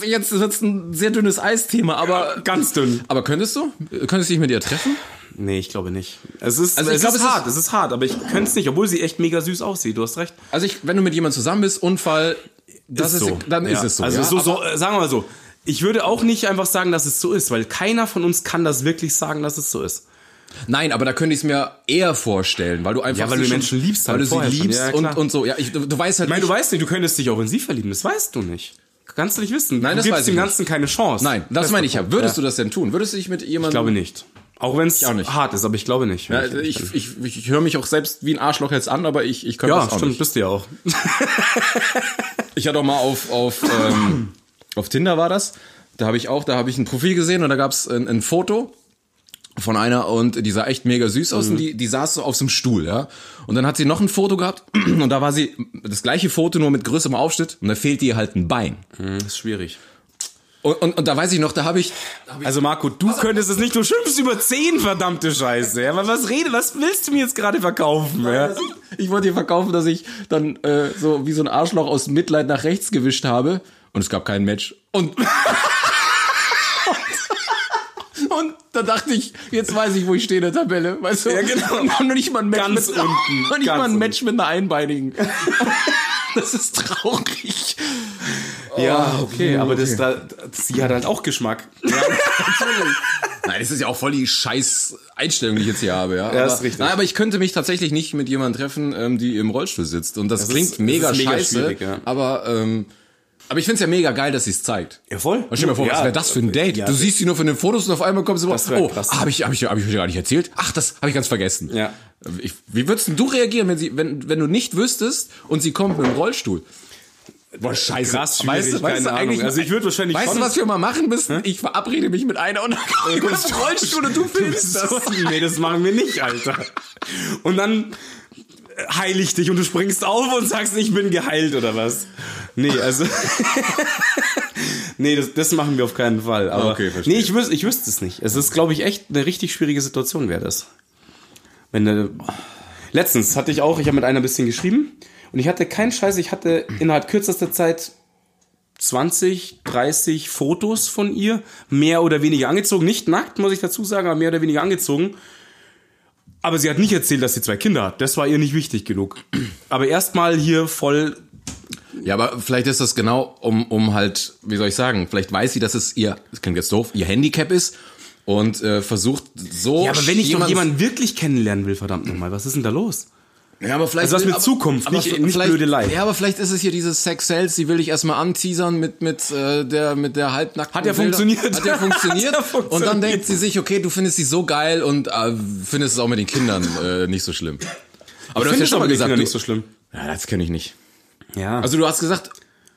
Speaker 1: jetzt wird's ein sehr dünnes Eisthema, aber
Speaker 2: Ganz dünn.
Speaker 1: aber könntest du? Könntest du dich mit ihr treffen?
Speaker 2: Nee, ich glaube nicht. Es ist,
Speaker 1: Also ich
Speaker 2: es
Speaker 1: glaube,
Speaker 2: ist
Speaker 1: es ist-
Speaker 2: hart, es ist hart, aber ich könnte es nicht, obwohl sie echt mega süß aussieht, du hast recht.
Speaker 1: Also ich, wenn du mit jemandem zusammen bist, Unfall, das ist, dann
Speaker 2: Ja.
Speaker 1: ist es so.
Speaker 2: Also
Speaker 1: ja?
Speaker 2: so, so, äh, sagen wir mal so. Ich würde auch nicht einfach sagen, dass es so ist, weil keiner von uns kann das wirklich sagen, dass es so ist.
Speaker 1: Nein, aber da könnte ich es mir eher vorstellen, weil du einfach
Speaker 2: weil
Speaker 1: sie
Speaker 2: du
Speaker 1: schon-
Speaker 2: Menschen liebst
Speaker 1: weil
Speaker 2: halt
Speaker 1: du sie
Speaker 2: vorher schon.
Speaker 1: liebst
Speaker 2: Ja,
Speaker 1: und
Speaker 2: klar.
Speaker 1: und so. Ja, ich, du, du weißt halt
Speaker 2: Ich meine, du
Speaker 1: nicht-
Speaker 2: weißt nicht, du könntest dich auch in sie verlieben, das weißt du nicht. Kannst du nicht wissen.
Speaker 1: Nein,
Speaker 2: du
Speaker 1: das
Speaker 2: gibst
Speaker 1: weiß
Speaker 2: dem
Speaker 1: ich
Speaker 2: Ganzen keine Chance.
Speaker 1: Nein, das meine ich ja. Würdest du das denn tun? Würdest du dich mit jemandem
Speaker 2: Ich glaube nicht. Auch wenn es
Speaker 1: auch nicht.
Speaker 2: hart ist, aber ich glaube nicht.
Speaker 1: Ja, also ich, ich, ich, ich höre mich auch selbst wie ein Arschloch jetzt an, aber ich, ich könnte
Speaker 2: ja
Speaker 1: das auch
Speaker 2: stimmt,
Speaker 1: nicht.
Speaker 2: bist du ja auch.
Speaker 1: Ich hatte auch mal auf, auf, ähm, auf Tinder war das. Da habe ich auch, da habe ich ein Profil gesehen und da gab's ein, ein Foto von einer und die sah echt mega süß aus und die, die saß so auf so einem Stuhl, ja. Und dann hat sie noch ein Foto gehabt und da war sie das gleiche Foto, nur mit größerem Aufschnitt und da fehlt ihr halt ein Bein.
Speaker 2: Das Hm, ist schwierig.
Speaker 1: Und, und, und da weiß ich noch, da habe ich,
Speaker 2: Also Marco, du könntest es nicht, du schimpfst über 10, verdammte Scheiße. Ja, aber was rede, was willst du mir jetzt gerade verkaufen? Ja?
Speaker 1: ich wollte ihr verkaufen, dass ich dann äh, so wie so ein Arschloch aus Mitleid nach rechts gewischt habe und es gab kein Match. Und und da dachte ich, jetzt weiß ich, wo ich stehe in der Tabelle, weißt du?
Speaker 2: Ja, genau.
Speaker 1: Und noch nicht mal ein Match
Speaker 2: Ganz
Speaker 1: mit,
Speaker 2: unten,
Speaker 1: noch nicht
Speaker 2: ganz
Speaker 1: mal ein
Speaker 2: unten.
Speaker 1: Match mit einer Einbeinigen. Das ist traurig. Oh,
Speaker 2: Ja, okay, aber
Speaker 1: okay.
Speaker 2: Das, da- sie hat halt auch Geschmack.
Speaker 1: Natürlich. Nein, das ist ja auch voll die scheiß Einstellung, die ich jetzt hier habe, ja.
Speaker 2: Ja, ist
Speaker 1: aber,
Speaker 2: richtig.
Speaker 1: Nein, aber ich könnte mich tatsächlich nicht mit jemandem treffen, ähm, die im Rollstuhl sitzt. Und das,
Speaker 2: Das
Speaker 1: klingt
Speaker 2: ist- das
Speaker 1: mega,
Speaker 2: ist mega
Speaker 1: scheiße.
Speaker 2: schwierig, ja.
Speaker 1: Aber, ähm, aber ich find's ja mega geil, dass sie es zeigt.
Speaker 2: Ja, voll.
Speaker 1: Und stell dir mal vor, was
Speaker 2: Ja,
Speaker 1: wäre das für ein Date?
Speaker 2: ja.
Speaker 1: du siehst sie nur von den Fotos und auf einmal kommst du
Speaker 2: Das wär
Speaker 1: oh,
Speaker 2: krass.
Speaker 1: ah, habe ich, hab ich, hab ich euch gar nicht erzählt? Ach, das habe ich ganz vergessen.
Speaker 2: Ja.
Speaker 1: Ich, wie würdest denn du reagieren, wenn sie, wenn, wenn du nicht wüsstest und sie kommt mit dem Rollstuhl? Boah, scheiße.
Speaker 2: Krass, schwierig,
Speaker 1: weißt du, weißt
Speaker 2: keine
Speaker 1: du
Speaker 2: Ahnung.
Speaker 1: eigentlich,
Speaker 2: Also ich würd wahrscheinlich
Speaker 1: Weißt du,
Speaker 2: schon-
Speaker 1: was wir mal machen müssen? Ich verabrede mich mit einer und dann kommt im Rollstuhl und du filmst das.
Speaker 2: also So, nee, das machen wir nicht, Alter. Und dann äh, heil ich dich und du springst auf und sagst, ich bin geheilt oder was? Nee, also. nee, das, das machen wir auf keinen Fall. Aber
Speaker 1: Okay, verstehe.
Speaker 2: nee, ich, wüs ich wüsste es nicht. Es ist, glaube ich, echt eine richtig schwierige Situation, wäre das. Wenn du. Letztens hatte ich auch, ich habe mit einer ein bisschen geschrieben und ich hatte keinen Scheiß, ich hatte innerhalb kürzester Zeit 20, 30 Fotos von ihr, mehr oder weniger angezogen. Nicht nackt, muss ich dazu sagen, aber mehr oder weniger angezogen. Aber sie hat nicht erzählt, dass sie zwei Kinder hat. Das war ihr nicht wichtig genug. Aber erstmal hier voll.
Speaker 1: Ja, aber vielleicht ist das genau, um, um halt, wie soll ich sagen, vielleicht weiß sie, dass es ihr, das klingt jetzt doof, ihr Handicap ist und äh, versucht so.
Speaker 2: Ja, aber wenn ich doch
Speaker 1: Oh, jemand-
Speaker 2: jemanden wirklich kennenlernen will, verdammt nochmal, was ist denn da los?
Speaker 1: Ja, aber vielleicht
Speaker 2: Also das mit
Speaker 1: aber-
Speaker 2: Zukunft,
Speaker 1: aber
Speaker 2: nicht-
Speaker 1: f-
Speaker 2: nicht
Speaker 1: vielleicht-
Speaker 2: Blödelei.
Speaker 1: Ja, aber vielleicht ist es hier dieses Sex Sales, die will ich erstmal anteasern mit mit äh, der mit der halbnackten
Speaker 2: Hat ja
Speaker 1: Bilder.
Speaker 2: funktioniert.
Speaker 1: Hat ja funktioniert.
Speaker 2: Hat ja
Speaker 1: Und dann
Speaker 2: funktioniert.
Speaker 1: denkt sie sich, okay, du findest sie so geil und äh, findest es auch mit den Kindern äh, nicht so schlimm. Aber du hast ja schon mal gesagt, du,
Speaker 2: nicht so schlimm.
Speaker 1: ja, das kenne ich nicht.
Speaker 2: Ja.
Speaker 1: Also du hast gesagt,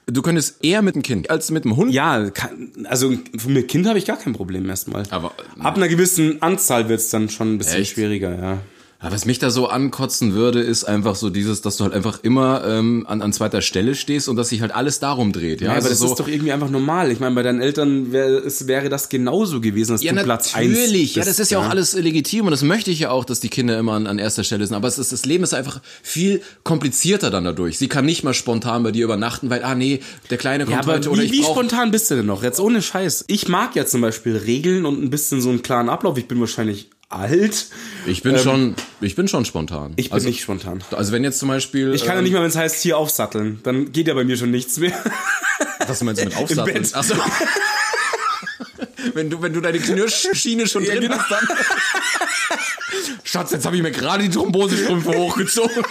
Speaker 1: du könntest eher mit dem Kind als mit dem Hund.
Speaker 2: Ja, kann, also mit Kind habe ich gar kein Problem erstmal.
Speaker 1: Aber-
Speaker 2: ab einer gewissen Anzahl wird's dann schon ein bisschen
Speaker 1: Echt?
Speaker 2: schwieriger, ja.
Speaker 1: Aber was mich da so ankotzen würde, ist einfach so dieses, dass du halt einfach immer ähm, an, an zweiter Stelle stehst und dass sich halt alles darum dreht. Ja,
Speaker 2: Ja, aber
Speaker 1: Also
Speaker 2: das
Speaker 1: so,
Speaker 2: ist doch irgendwie einfach normal. Ich meine, bei deinen Eltern wär, es wäre das genauso gewesen, dass
Speaker 1: Ja,
Speaker 2: du
Speaker 1: natürlich.
Speaker 2: Platz eins bist.
Speaker 1: ja, das ist ja auch alles legitim und das möchte ich ja auch, dass die Kinder immer an, an erster Stelle sind. Aber es ist, das Leben ist einfach viel komplizierter dann dadurch. Sie kann nicht mal spontan bei dir übernachten, weil, ah nee, der Kleine kommt
Speaker 2: Ja, aber
Speaker 1: heute oder
Speaker 2: wie,
Speaker 1: ich
Speaker 2: wie
Speaker 1: brauch-
Speaker 2: spontan bist du denn noch? Jetzt ohne Scheiß. Ich mag ja zum Beispiel Regeln und ein bisschen so einen klaren Ablauf. Ich bin wahrscheinlich alt.
Speaker 1: Ich bin schon, ich bin schon spontan.
Speaker 2: Ähm. Ich bin
Speaker 1: also, Ähm,
Speaker 2: nicht spontan.
Speaker 1: Also wenn jetzt zum Beispiel,
Speaker 2: Ich kann ja nicht mal, wenn es heißt, hier aufsatteln. Dann geht ja bei mir schon nichts mehr.
Speaker 1: was meinst du mit Aufsatz?
Speaker 2: Bett.
Speaker 1: Achso. Äh, wenn du, wenn du deine Knirschiene schon drin hast, dann. genau. Schatz, jetzt habe ich mir gerade die Thrombosestrümpfe hochgezogen.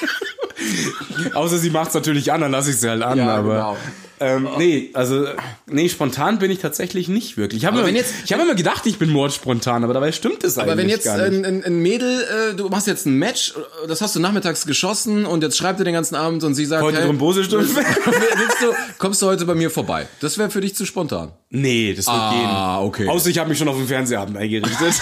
Speaker 2: Außer sie macht's natürlich an, dann lasse ich sie halt an.
Speaker 1: Ja, genau. Oh.
Speaker 2: aber ähm, nee, also nee, spontan bin ich tatsächlich nicht wirklich. Ich habe
Speaker 1: Aber
Speaker 2: immer,
Speaker 1: wenn jetzt-
Speaker 2: ich hab immer gedacht, ich bin mordspontan, aber dabei stimmt es eigentlich
Speaker 1: Aber wenn jetzt
Speaker 2: gar nicht.
Speaker 1: ein, ein, ein Mädel, äh, du machst jetzt ein Match, äh, das hast du nachmittags geschossen und jetzt schreibt ihr den ganzen Abend und sie sagt,
Speaker 2: Heute
Speaker 1: hey,
Speaker 2: Thrombosestrümpfe?
Speaker 1: willst du, kommst du heute bei mir vorbei? Das wäre für dich zu spontan.
Speaker 2: nee, das wird
Speaker 1: Ah,
Speaker 2: gehen.
Speaker 1: okay.
Speaker 2: Außer ich habe mich schon auf den Fernsehabend eingerichtet.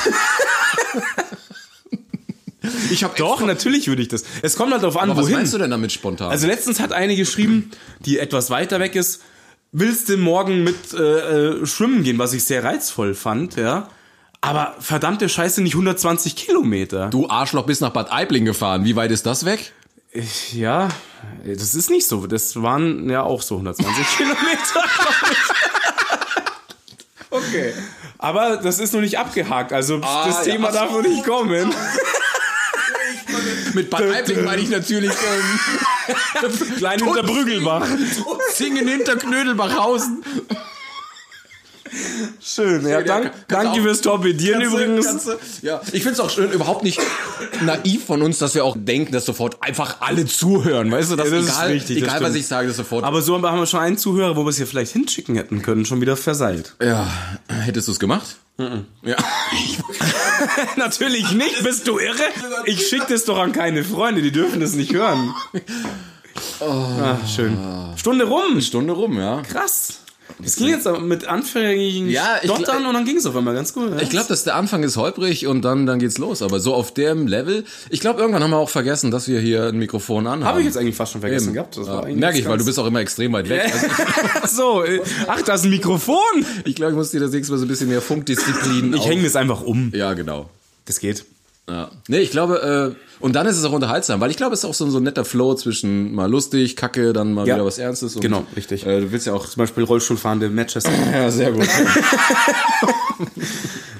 Speaker 1: Ich habe
Speaker 2: Doch, natürlich würde ich das. Es kommt halt darauf an,
Speaker 1: Was
Speaker 2: wohin.
Speaker 1: meinst du denn damit spontan?
Speaker 2: Also letztens hat eine geschrieben, die etwas weiter weg ist, willst du morgen mit äh, äh, schwimmen gehen, was ich sehr reizvoll fand, ja. Aber verdammte Scheiße, nicht 120 Kilometer.
Speaker 1: du Arschloch bist nach Bad Aibling gefahren. Wie weit ist das weg?
Speaker 2: Ich, ja, das ist nicht so. Das waren ja auch so 120 Kilometer. okay. Aber das ist noch nicht abgehakt, also
Speaker 1: Ah,
Speaker 2: das
Speaker 1: ja.
Speaker 2: Thema darf noch nicht kommen.
Speaker 1: Mit Bad Aibling meine ich natürlich ähm,
Speaker 2: Klein hinter Brüggelbach.
Speaker 1: Zingen hinter Knödelbachhausen.
Speaker 2: Schön, ja, dank,
Speaker 1: kannst du
Speaker 2: danke
Speaker 1: auch-
Speaker 2: fürs Torpedieren übrigens.
Speaker 1: Ja, ich find's auch schön, überhaupt nicht naiv von uns, dass wir auch denken, dass sofort einfach alle zuhören. Weißt du, dass
Speaker 2: Ja, das ist
Speaker 1: egal,
Speaker 2: richtig, das
Speaker 1: egal was
Speaker 2: stimmt.
Speaker 1: ich sage, dass sofort.
Speaker 2: Aber so haben wir schon einen Zuhörer, wo wir es hier vielleicht hinschicken hätten können, schon wieder verseilt.
Speaker 1: Ja, hättest du's gemacht? Ja.
Speaker 2: Natürlich nicht, bist du irre? Ich schicke das doch an keine Freunde, die dürfen das nicht hören. Ah, schön. Stunde rum.
Speaker 1: Oh. Stunde rum, ja.
Speaker 2: Krass. Das ging jetzt aber mit anfänglichen
Speaker 1: Ja, ich
Speaker 2: Stottern
Speaker 1: gl-
Speaker 2: und dann ging es auf einmal ganz gut. ne?
Speaker 1: Ich glaube, dass der Anfang ist holprig und dann, dann geht's los. Aber so auf dem Level, ich glaube, irgendwann haben wir auch vergessen, dass wir hier ein Mikrofon anhaben.
Speaker 2: habe ich jetzt eigentlich fast schon vergessen
Speaker 1: Eben.
Speaker 2: gehabt. Das
Speaker 1: Ja,
Speaker 2: war eigentlich
Speaker 1: merke ich, weil
Speaker 2: ganz-
Speaker 1: du bist auch immer extrem weit weg. Also
Speaker 2: so, äh, ach, da ist ein Mikrofon.
Speaker 1: ich glaube, ich muss dir das nächste Mal so ein bisschen mehr Funkdisziplin
Speaker 2: Ich
Speaker 1: auf-
Speaker 2: hänge das einfach um.
Speaker 1: Ja, genau.
Speaker 2: Das geht.
Speaker 1: Ja. Nee, ich glaube, äh, und dann ist es auch unterhaltsam, weil ich glaube, es ist auch so ein, so ein netter Flow zwischen mal lustig, kacke, dann mal
Speaker 2: Ja.
Speaker 1: wieder was Ernstes. Und,
Speaker 2: Genau, richtig.
Speaker 1: Äh, du willst ja auch.
Speaker 2: Zum Beispiel Rollstuhlfahrende Manchester.
Speaker 1: Ja, sehr gut.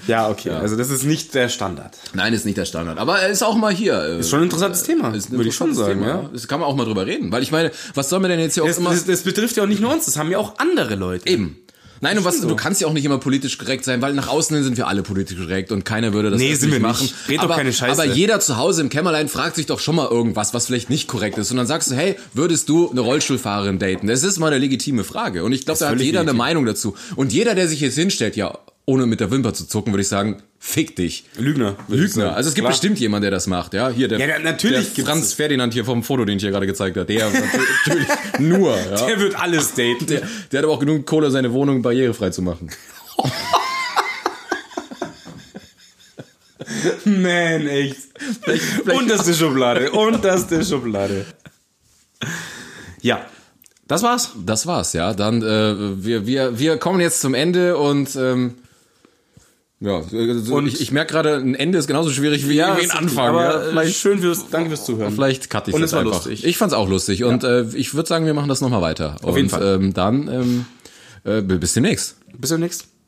Speaker 2: Ja, okay. Also das ist nicht der Standard.
Speaker 1: Nein, ist nicht der Standard. Aber er ist auch mal hier. Äh,
Speaker 2: Schon ein interessantes Thema,
Speaker 1: ist ein
Speaker 2: würde ich schon
Speaker 1: interessantes
Speaker 2: sagen.
Speaker 1: Thema,
Speaker 2: Ja.
Speaker 1: ne? Das kann man auch mal drüber reden. Weil ich meine, was soll man denn jetzt hier auch
Speaker 2: Das,
Speaker 1: immer.
Speaker 2: das, das betrifft ja auch nicht nur uns, das haben ja auch andere Leute.
Speaker 1: eben. Nein, und was, du kannst ja auch nicht immer politisch korrekt sein, weil nach außen hin sind wir alle politisch korrekt und keiner würde das
Speaker 2: Nee, sind
Speaker 1: öffentlich
Speaker 2: wir
Speaker 1: machen.
Speaker 2: nicht. Red doch
Speaker 1: aber,
Speaker 2: keine Scheiße.
Speaker 1: Aber jeder zu Hause im Kämmerlein fragt sich doch schon mal irgendwas, was vielleicht nicht korrekt ist. Und dann sagst du, hey, würdest du eine Rollstuhlfahrerin daten? Das ist mal eine legitime Frage. Und ich glaube, da hat
Speaker 2: völlig
Speaker 1: jeder eine
Speaker 2: legitim.
Speaker 1: Meinung dazu. Und jeder, der sich jetzt hinstellt, ja, ohne mit der Wimper zu zucken, würde ich sagen, fick dich.
Speaker 2: Lügner.
Speaker 1: Lügner. Also es gibt
Speaker 2: Klar.
Speaker 1: bestimmt jemanden, der das macht, ja? Hier der,
Speaker 2: Ja, na- natürlich
Speaker 1: der
Speaker 2: gibt's
Speaker 1: Franz
Speaker 2: es.
Speaker 1: Ferdinand hier vom Foto, den ich hier gerade gezeigt habe. Der natürlich nur, ja?
Speaker 2: Der wird alles daten.
Speaker 1: Der, der hat aber auch genug Kohle, seine Wohnung barrierefrei zu machen.
Speaker 2: Man, echt. Unterste Schublade, unterste Schublade. Ja, das war's.
Speaker 1: Das war's, ja. Dann äh, wir, wir, wir kommen jetzt zum Ende und ähm, ja, und
Speaker 2: Und-
Speaker 1: ich, ich merke gerade, ein Ende ist genauso schwierig wie irgendwie ein Anfang.
Speaker 2: Aber
Speaker 1: ja.
Speaker 2: äh,
Speaker 1: Vielleicht,
Speaker 2: schön fürs, danke fürs Zuhören.
Speaker 1: vielleicht cutte ich
Speaker 2: Und
Speaker 1: das
Speaker 2: es war
Speaker 1: einfach.
Speaker 2: lustig.
Speaker 1: Ich fand's auch lustig und äh, ich würde sagen, wir machen das nochmal weiter. Auf und,
Speaker 2: jeden Fall.
Speaker 1: Ähm, dann ähm, äh, bis demnächst.
Speaker 2: Bis demnächst.